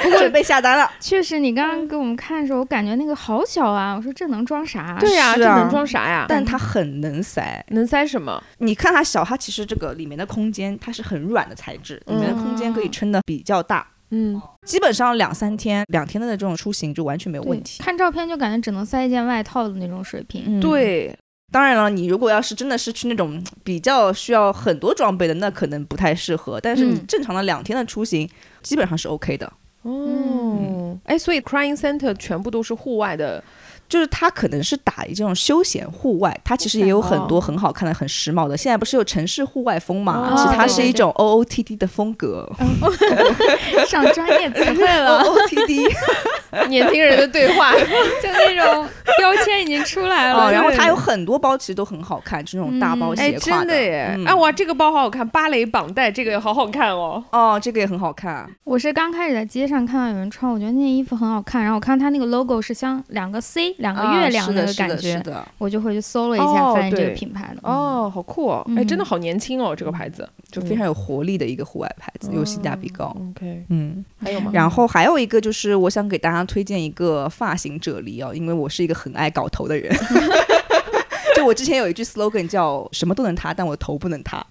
看 <laughs> 准备下单了。确实，你刚刚给我们看的时候，我感觉那个好小啊，我说这能装啥？对呀、是这啊能装啥呀？但它很能塞，能塞什么？你看它小，它其实这个里面的空间它是很软的材质，里面的空嗯间可以撑的比较大，嗯，基本上两三天、两天的这种出行就完全没有对问题。看照片就感觉只能塞一件外套的那种水平。嗯，对，当然了，你如果要是真的是去那种比较需要很多装备的，那可能不太适合。但是你嗯正常的两天的出行，基本上是 OK 的。嗯哦，哎，所以 Crying Center 全部都是户外的就是它可能是打这种休闲户外，它其实也有很哦多很好看的、很时髦的。现在不是有城市户外风嘛？哦其实它是对对一种 O O T D 的风格。上专业词汇 <laughs> O 了， O T <laughs> D 年轻人的对话。就那种标签已经出来了。哦，然后对它有很多包，其实都很好看，就是那种大包嗯哎，斜挎真的耶！嗯哎哇，这个包好好看，芭蕾绑带这个也好好看哦。哦，这个也很好啊看。我是刚开始在街上看到有人穿，我觉得那件衣服很好看，然后我看它那个 logo 是像两个 C，两个月亮啊、是的个是感的觉，是的，我就回去搜了一下，哦发现这个对品牌了。哦，好酷哦！哎，嗯真的好年轻哦，这个牌子。就非常有活力的一个户外牌子，有性价比哦高。 OK，嗯，还有吗？然后还有一个就是，我想给大家推荐一个发型啫喱哦，因为我是一个很爱搞头的人。就我之前有一句 slogan 叫“什么都能塌，但我头不能塌”，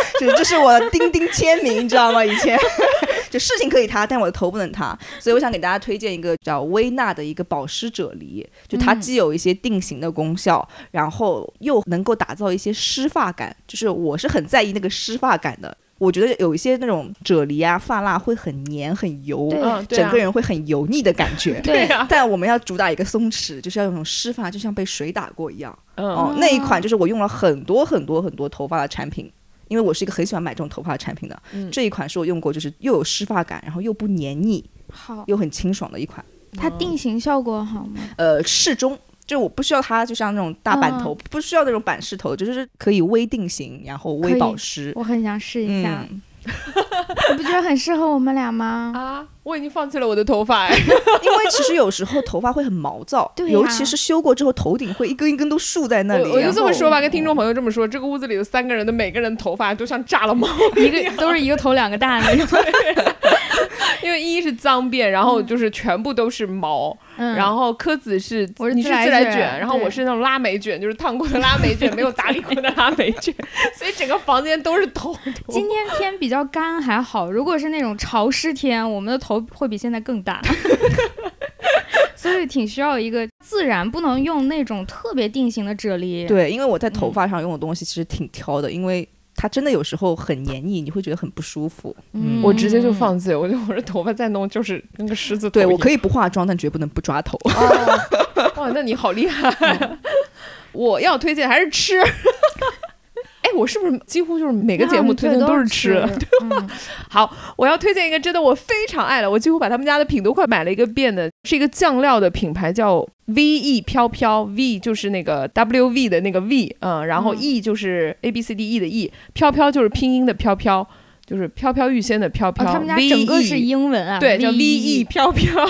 <laughs> 就这是我的钉钉签名，你知道吗？以前 <laughs> 就事情可以塌，但我的头不能塌。所以我想给大家推荐一个叫薇娜的一个保湿啫喱，就它嗯既有一些定型的功效，然后又能够打造一些湿发感，就是我是很在意那个湿发感的。我觉得有一些那种啫喱啊、发蜡会很黏、很油，呃对嗯，对啊整个人会很油腻的感觉。 <laughs> 对对啊，但我们要主打一个松弛，就是要有那种湿发，就像被水打过一样。嗯哦，那一款就是我用了很多很多很多头发的产品，因为我是一个很喜欢买这种头发的产品的。嗯这一款是我用过，就是又有湿发感，然后又不黏腻，好，又很清爽的一款。它定型效果好吗？呃，适中。就我不需要它，就像那种大板头，嗯不需要那种板式头，就是可以微定型，然后可微以保湿。我很想试一下，嗯，你不觉得很适合我们俩吗？啊，我已经放弃了我的头发，哎因为其实有时候头发会很毛躁， <laughs> 对呀尤其是修过之后，头顶会一根一根都竖在那里。我我就这么说吧，然后跟听众朋友这么说，这个屋子里有三个人的每个人头发都像炸了毛，一个都是一个头两个大那种，因为一是脏辫，然后就是全部都是毛， <laughs> 嗯，然后柯子是我是你是自来自来卷卷，然后对我是那种拉眉卷，就是烫过的拉眉卷，没有打理过的拉眉卷， <laughs> 所以整个房间都是头。今天天比较干还好，如果是那种潮湿天，我们的头会比现在更大，所以挺需要一个自然，不能用那种特别定型的啫喱。，对，因为我在嗯头发上用的东西其实挺挑的，因为它真的有时候很黏腻，你会觉得很不舒服。嗯我直接就放弃，我觉得我的头发再弄就是跟个狮子头一对样。我可以不化妆，但绝不能不抓 <laughs> 头。哇，那你好厉害！啊嗯我要推荐还是吃。 <laughs> 哎，我是不是几乎就是每每个节目推荐都是吃？嗯我要推荐一个真的我非常爱的，我几乎把他们家的品都快买了一个遍的，是一个酱料的品牌叫 V E 飘飘，V 就是那个 W V 的那个 V，嗯，然后嗯 E 就是 A B C D E 的 E，飘飘就是拼音的飘飘，就是飘飘欲仙的飘 E 哦，飘。他们家 VE 整个是英文啊，对，叫 V E 飘飘。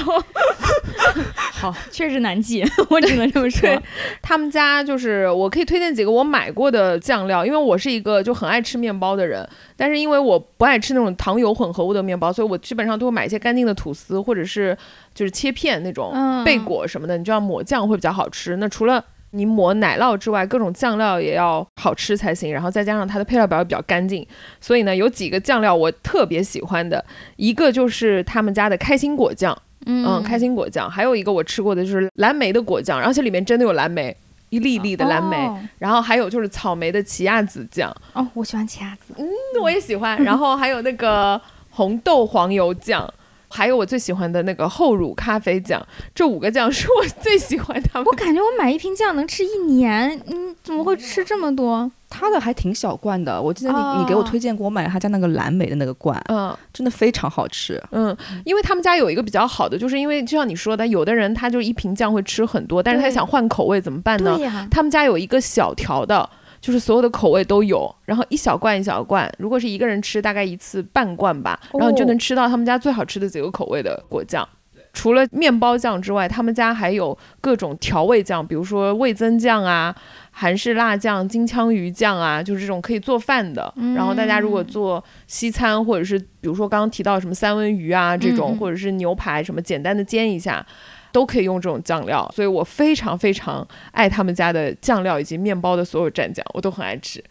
<laughs> 好，确实难记，我只能这么说对。他们家就是我可以推荐几个我买过的酱料，因为我是一个就很爱吃面包的人，但是因为我不爱吃那种糖油混合物的面包，所以我基本上都会买一些干净的吐司或者是就是切片那种嗯贝果什么的，你就要抹酱会比较好吃。那除了你抹奶酪之外，各种酱料也要好吃才行，然后再加上它的配料表也比较干净，所以呢，有几个酱料我特别喜欢的，一个就是他们家的开心果酱。嗯，开心果酱，还有一个我吃过的就是蓝莓的果酱，而且里面真的有蓝莓，一粒一粒的蓝莓，哦然后还有就是草莓的奇亚籽酱，哦，我喜欢奇亚籽，那我也喜 <laughs> 欢，然后还有那个红豆黄油酱。还有我最喜欢的那个厚乳咖啡酱，这五个酱是我最喜欢他们我。感觉我买一瓶酱能吃一年，嗯，怎么会吃这么多？它的还挺小罐的，我记得你、你给哦我推荐过，我买了他家那个蓝莓的那个罐，嗯真的非常好吃。嗯，因为他们家有一个比较好的，就是因为就像你说的，有的人他就一瓶酱会吃很多，但是他对想换口味怎么办呢？对呀，他们家有一个小条的，就是所有的口味都有，然后一小罐一小罐，如果是一个人吃，大概一次半罐吧，然后你就能吃到他们家最好吃的几个口味的果酱。除了面包酱之外，他们家还有各种调味酱，比如说味增酱啊、韩式辣酱、金枪鱼酱啊，就是这种可以做饭的。嗯然后大家如果做西餐，或者是比如说刚刚提到什么三文鱼啊这种，嗯嗯或者是牛排什么简单的煎一下，都可以用这种酱料。所以我非常非常爱他们家的酱料以及面包的所有蘸酱，我都很爱吃。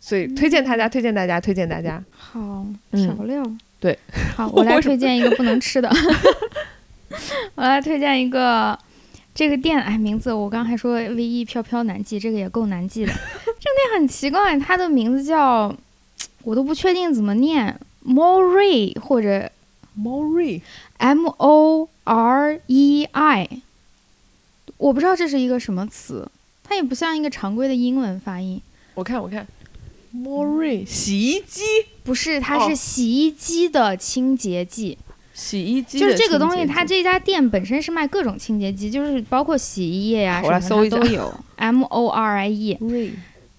所嗯以推荐大家，推荐大家，推荐大家。好嗯少料。对， <laughs> 好，我来为什推么荐一个不能 <laughs> 吃的，我来推荐一个。这个店哎，名字我刚还说 V E 飘飘难记，这个也够难 <laughs> 记的。这个店很奇怪，它的名字叫，我都不确定怎么念，Morei 或者 Mori， M O R E I，我不知道这是一个什么词，它也不像一个常规的英文发音。我看我看，Mori 洗衣机，不是，它是哦洗衣机的清洁剂，洗衣机就是的这个东西，清洁它剂这家店本身是卖各种清洁剂，就是包括洗衣液呀、好我来什么搜一的下它都有 <laughs> M O R I E。 Mori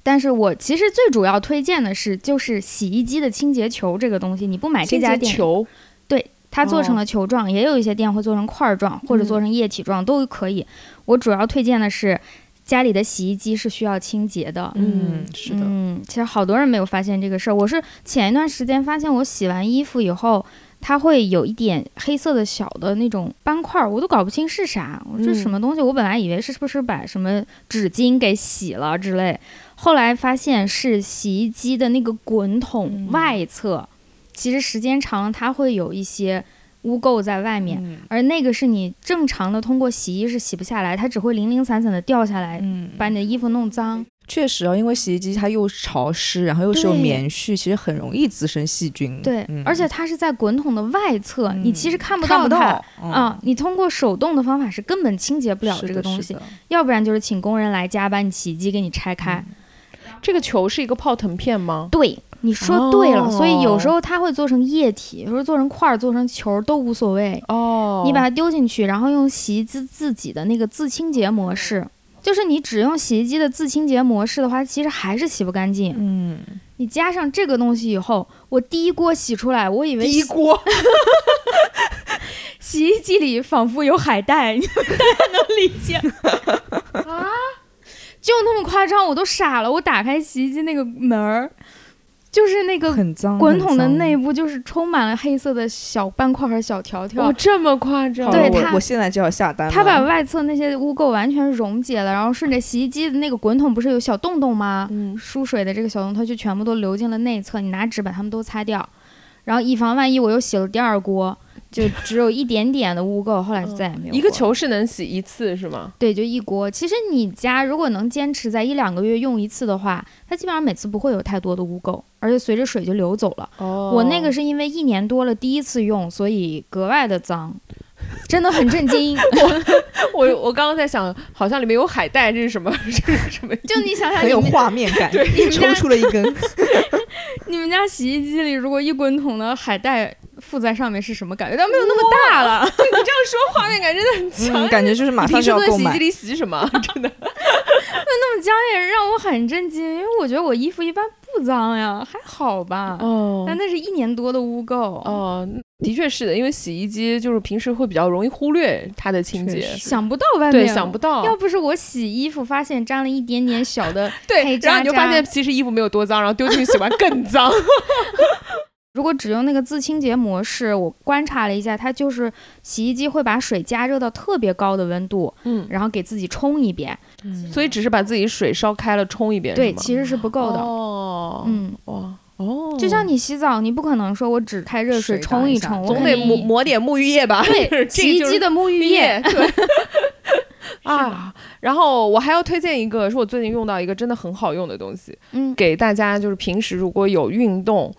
但是我其实最主要推荐的是，就是洗衣机的清洁球这个东西，你不买这清家洁哦店，球，它做成了球状，也有一些店会做成块儿状，嗯或者做成液体状、都可以。我主要推荐的是家里的洗衣机是需要清洁的。嗯嗯，是的，嗯，其实好多人没有发现这个事儿。我是前一段时间发现，我洗完衣服以后，它会有一点黑色的小的那种斑块儿，我都搞不清是啥。我说这嗯什么东西？我本来以为是不是把什么纸巾给洗了之类，后来发现是洗衣机的那个滚筒嗯外侧，其实时间长了它会有一些污垢在外面。嗯而那个是你正常的通过洗衣是洗不下来，它只会零零散散的掉下来，嗯，把你的衣服弄脏。确实啊，因为洗衣机它又潮湿，然后又是有对棉絮，其实很容易滋生细菌。对，嗯而且它是在滚筒的外侧，嗯你其实看不看到它不到嗯啊、，你通过手动的方法是根本清洁不不了这个东西，。是的要不然就是请工人来加班，你洗衣机给你拆开。嗯这个球是一个泡腾片吗？对，你说对了，哦所以有时候它会做成液体，有时候做成块儿、做成球儿都无所谓。哦，你把它丢进去，然后用洗衣机自己的那个自清洁模式，就是你只用洗衣机的自清洁模式的话，其实还是洗不干净。嗯，你加上这个东西以后，我第一锅洗出来，我以为第一洗锅，洗衣机里仿佛有海带，你们 <laughs> 大家能理解啊？就那么夸张，我都傻了。我打开洗衣机那个门儿，就是那个很脏，滚筒的很脏内。部，就是充满了黑色的小斑块和小条条哇，。这么夸张？好对了我它我现在就要下单了。它把外侧那些污垢完全溶解了，然后顺着洗衣机的那个滚筒不是有小洞洞吗？嗯，输水的这个小洞，它就全部都流进了内侧。你拿纸把它们都擦掉，然后以防万一，我又洗了第二锅，就只有一点点的污垢，后来就再也没有过了、一个球是能洗一次是吗？对，就一锅。其实你家如果能坚持在一两个月用一次的话，它基本上每次不会有太多的污垢，而且随着水就流走了。哦我那个是因为一年多了第一次用，所以格外的脏，真的很震惊。我我刚刚在想，好像里面有海带，这是什么？ <laughs> 这是什么？就你想想，很你有们画面 <laughs> 感，你们抽家出了一 <laughs> 根。你们家洗衣机里如果一滚筒的海带附在上面是什么感觉？但没有那么大了。 <laughs> 你这样说画面感真的很强。嗯，感觉就是马你平上时就都要在购洗衣机买。里洗 <laughs> 什么？真的那么讲也让我很震惊，因为我觉得我衣服一般不脏呀，还好吧。哦但那是一年多的污垢。哦，哦，的确是的，因为洗衣机就是平时会比较容易忽略它的清洁确，实想不到外面对，想不到。，要不是我洗衣服发现沾了一点点小的 <laughs> 对黑，渣然后你就发渣现其实衣服没有多脏，然后丢进去洗完更脏。 <laughs> 如果只用那个自清洁模式，我观察了一下，它就是洗衣机会把水加热到特别高的温度，嗯，然后给自己冲一遍。所以只是把自己水烧开了冲一遍，对，是吗其实是不够的。哦，嗯，哇，哦，就像你洗澡，你不可能说我只开热水水冲打一下冲，我总肯得定抹抹点沐浴液吧？ <laughs> 对 <laughs> 这洗衣就是机的沐浴液。 <laughs> 对。 <laughs> 啊，然后我还要推荐一个，是我最近用到一个真的很好用的东西，嗯，给大家就是平时如果有运动，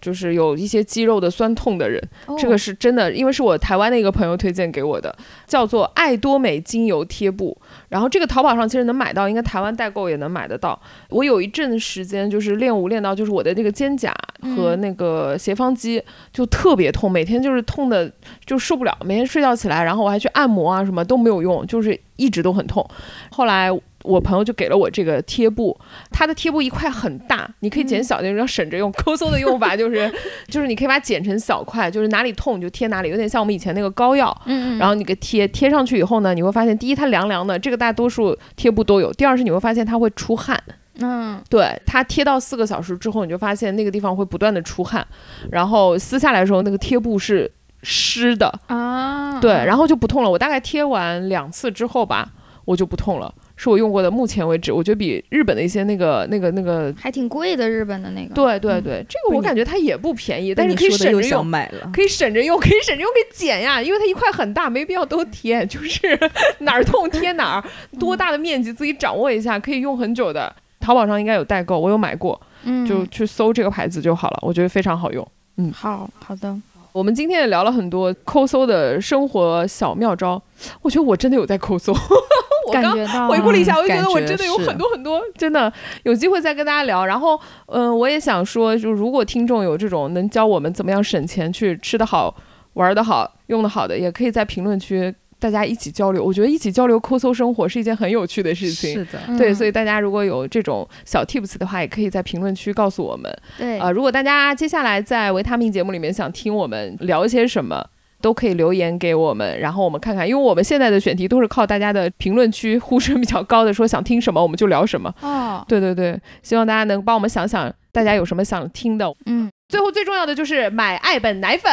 就是有一些肌肉的酸痛的人，哦这个是真的，因为是我台湾的一个朋友推荐给我的，叫做爱多美精油贴布。然后这个淘宝上其实能买到，应该台湾代购也能买得到。我有一阵时间就是练舞练到，就是我的那个肩胛和嗯那个斜方肌就特别痛，每天就是痛的就受不了，每天睡觉起来，然后我还去按摩啊什么都没有用，就是一直都很痛。后来。我朋友就给了我这个贴布，它的贴布一块很大，你可以嗯剪小那种，要省着用。 <laughs> 抠搜的用法就是 <laughs> 就是你可以把它剪成小块，就是哪里痛你就贴哪里，有点像我们以前那个膏药。嗯嗯，然后你给贴贴上去以后呢，你会发现，第一它凉凉的，这个大多数贴布都有；第二是你会发现它会出汗，嗯对它贴到四个小时之后，你就发现那个地方会不断的出汗，然后撕下来的时候那个贴布是湿的，嗯啊，对，然后就不痛了。我大概贴完两次之后吧，我就不痛了，是我用过的目前为止，我觉得比日本的一些那个那个那个，嗯还挺贵的，日本的那个。对对嗯对，这个我感觉它也不便宜，但被是你可以说的省又着用想。买了，可以省着用，可以省着用，可以剪呀，因为它一块很大，没必要都贴，就是 <laughs> 哪儿痛贴 <laughs> 哪儿，嗯多大的面积自己掌握一下，可以用很久的。淘宝上应该有代购，我有买过，嗯，就去搜这个牌子就好了，我觉得非常好用。好好的，我们今天也聊了很多抠搜的生活小妙招，我觉得我真的有在抠搜， <laughs> 我感刚觉到回顾了一下，我就觉感得我觉真的有是很多很多，真的有机会再跟大家聊。然后，嗯、我也想说，就如果听众有这种能教我们怎么样省钱去吃得好、玩得好、用得好的，也可以在评论区大家一起交流。我觉得一起交流抠搜生活是一件很有趣的事情。的，对，所以以大家如果有这种小 tips 的话，也可以在评论区告诉我们。对啊、如果大家接下来在维他命节目里面想听我们聊一些什么，都可以留言给我们，然后我们看看，因为我们现在的选题都是靠大家的评论区呼声比较高的，说想听什么我们就聊什么。哦， <laughs> 对对对，希望大家能帮我们想想，大家有什么想听的。嗯，最后最重要的就是买爱本奶 <laughs> 粉，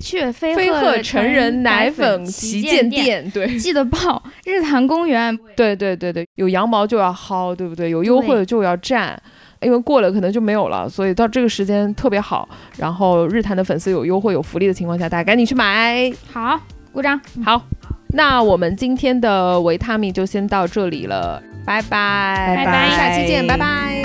去飞飞鹤鹤成人奶粉旗旗舰舰，店，对记得报日坛公园。对对对对，有羊毛就要薅，对不对？有优惠的就要占。因为过了可能就没有了，所以到这个时间特别好。然后日坛的粉丝有优惠、有福利的情况下，大家赶紧去买。好，鼓掌。好，那我们今天的维他命就先到这里了，拜拜，拜拜下期见，拜拜。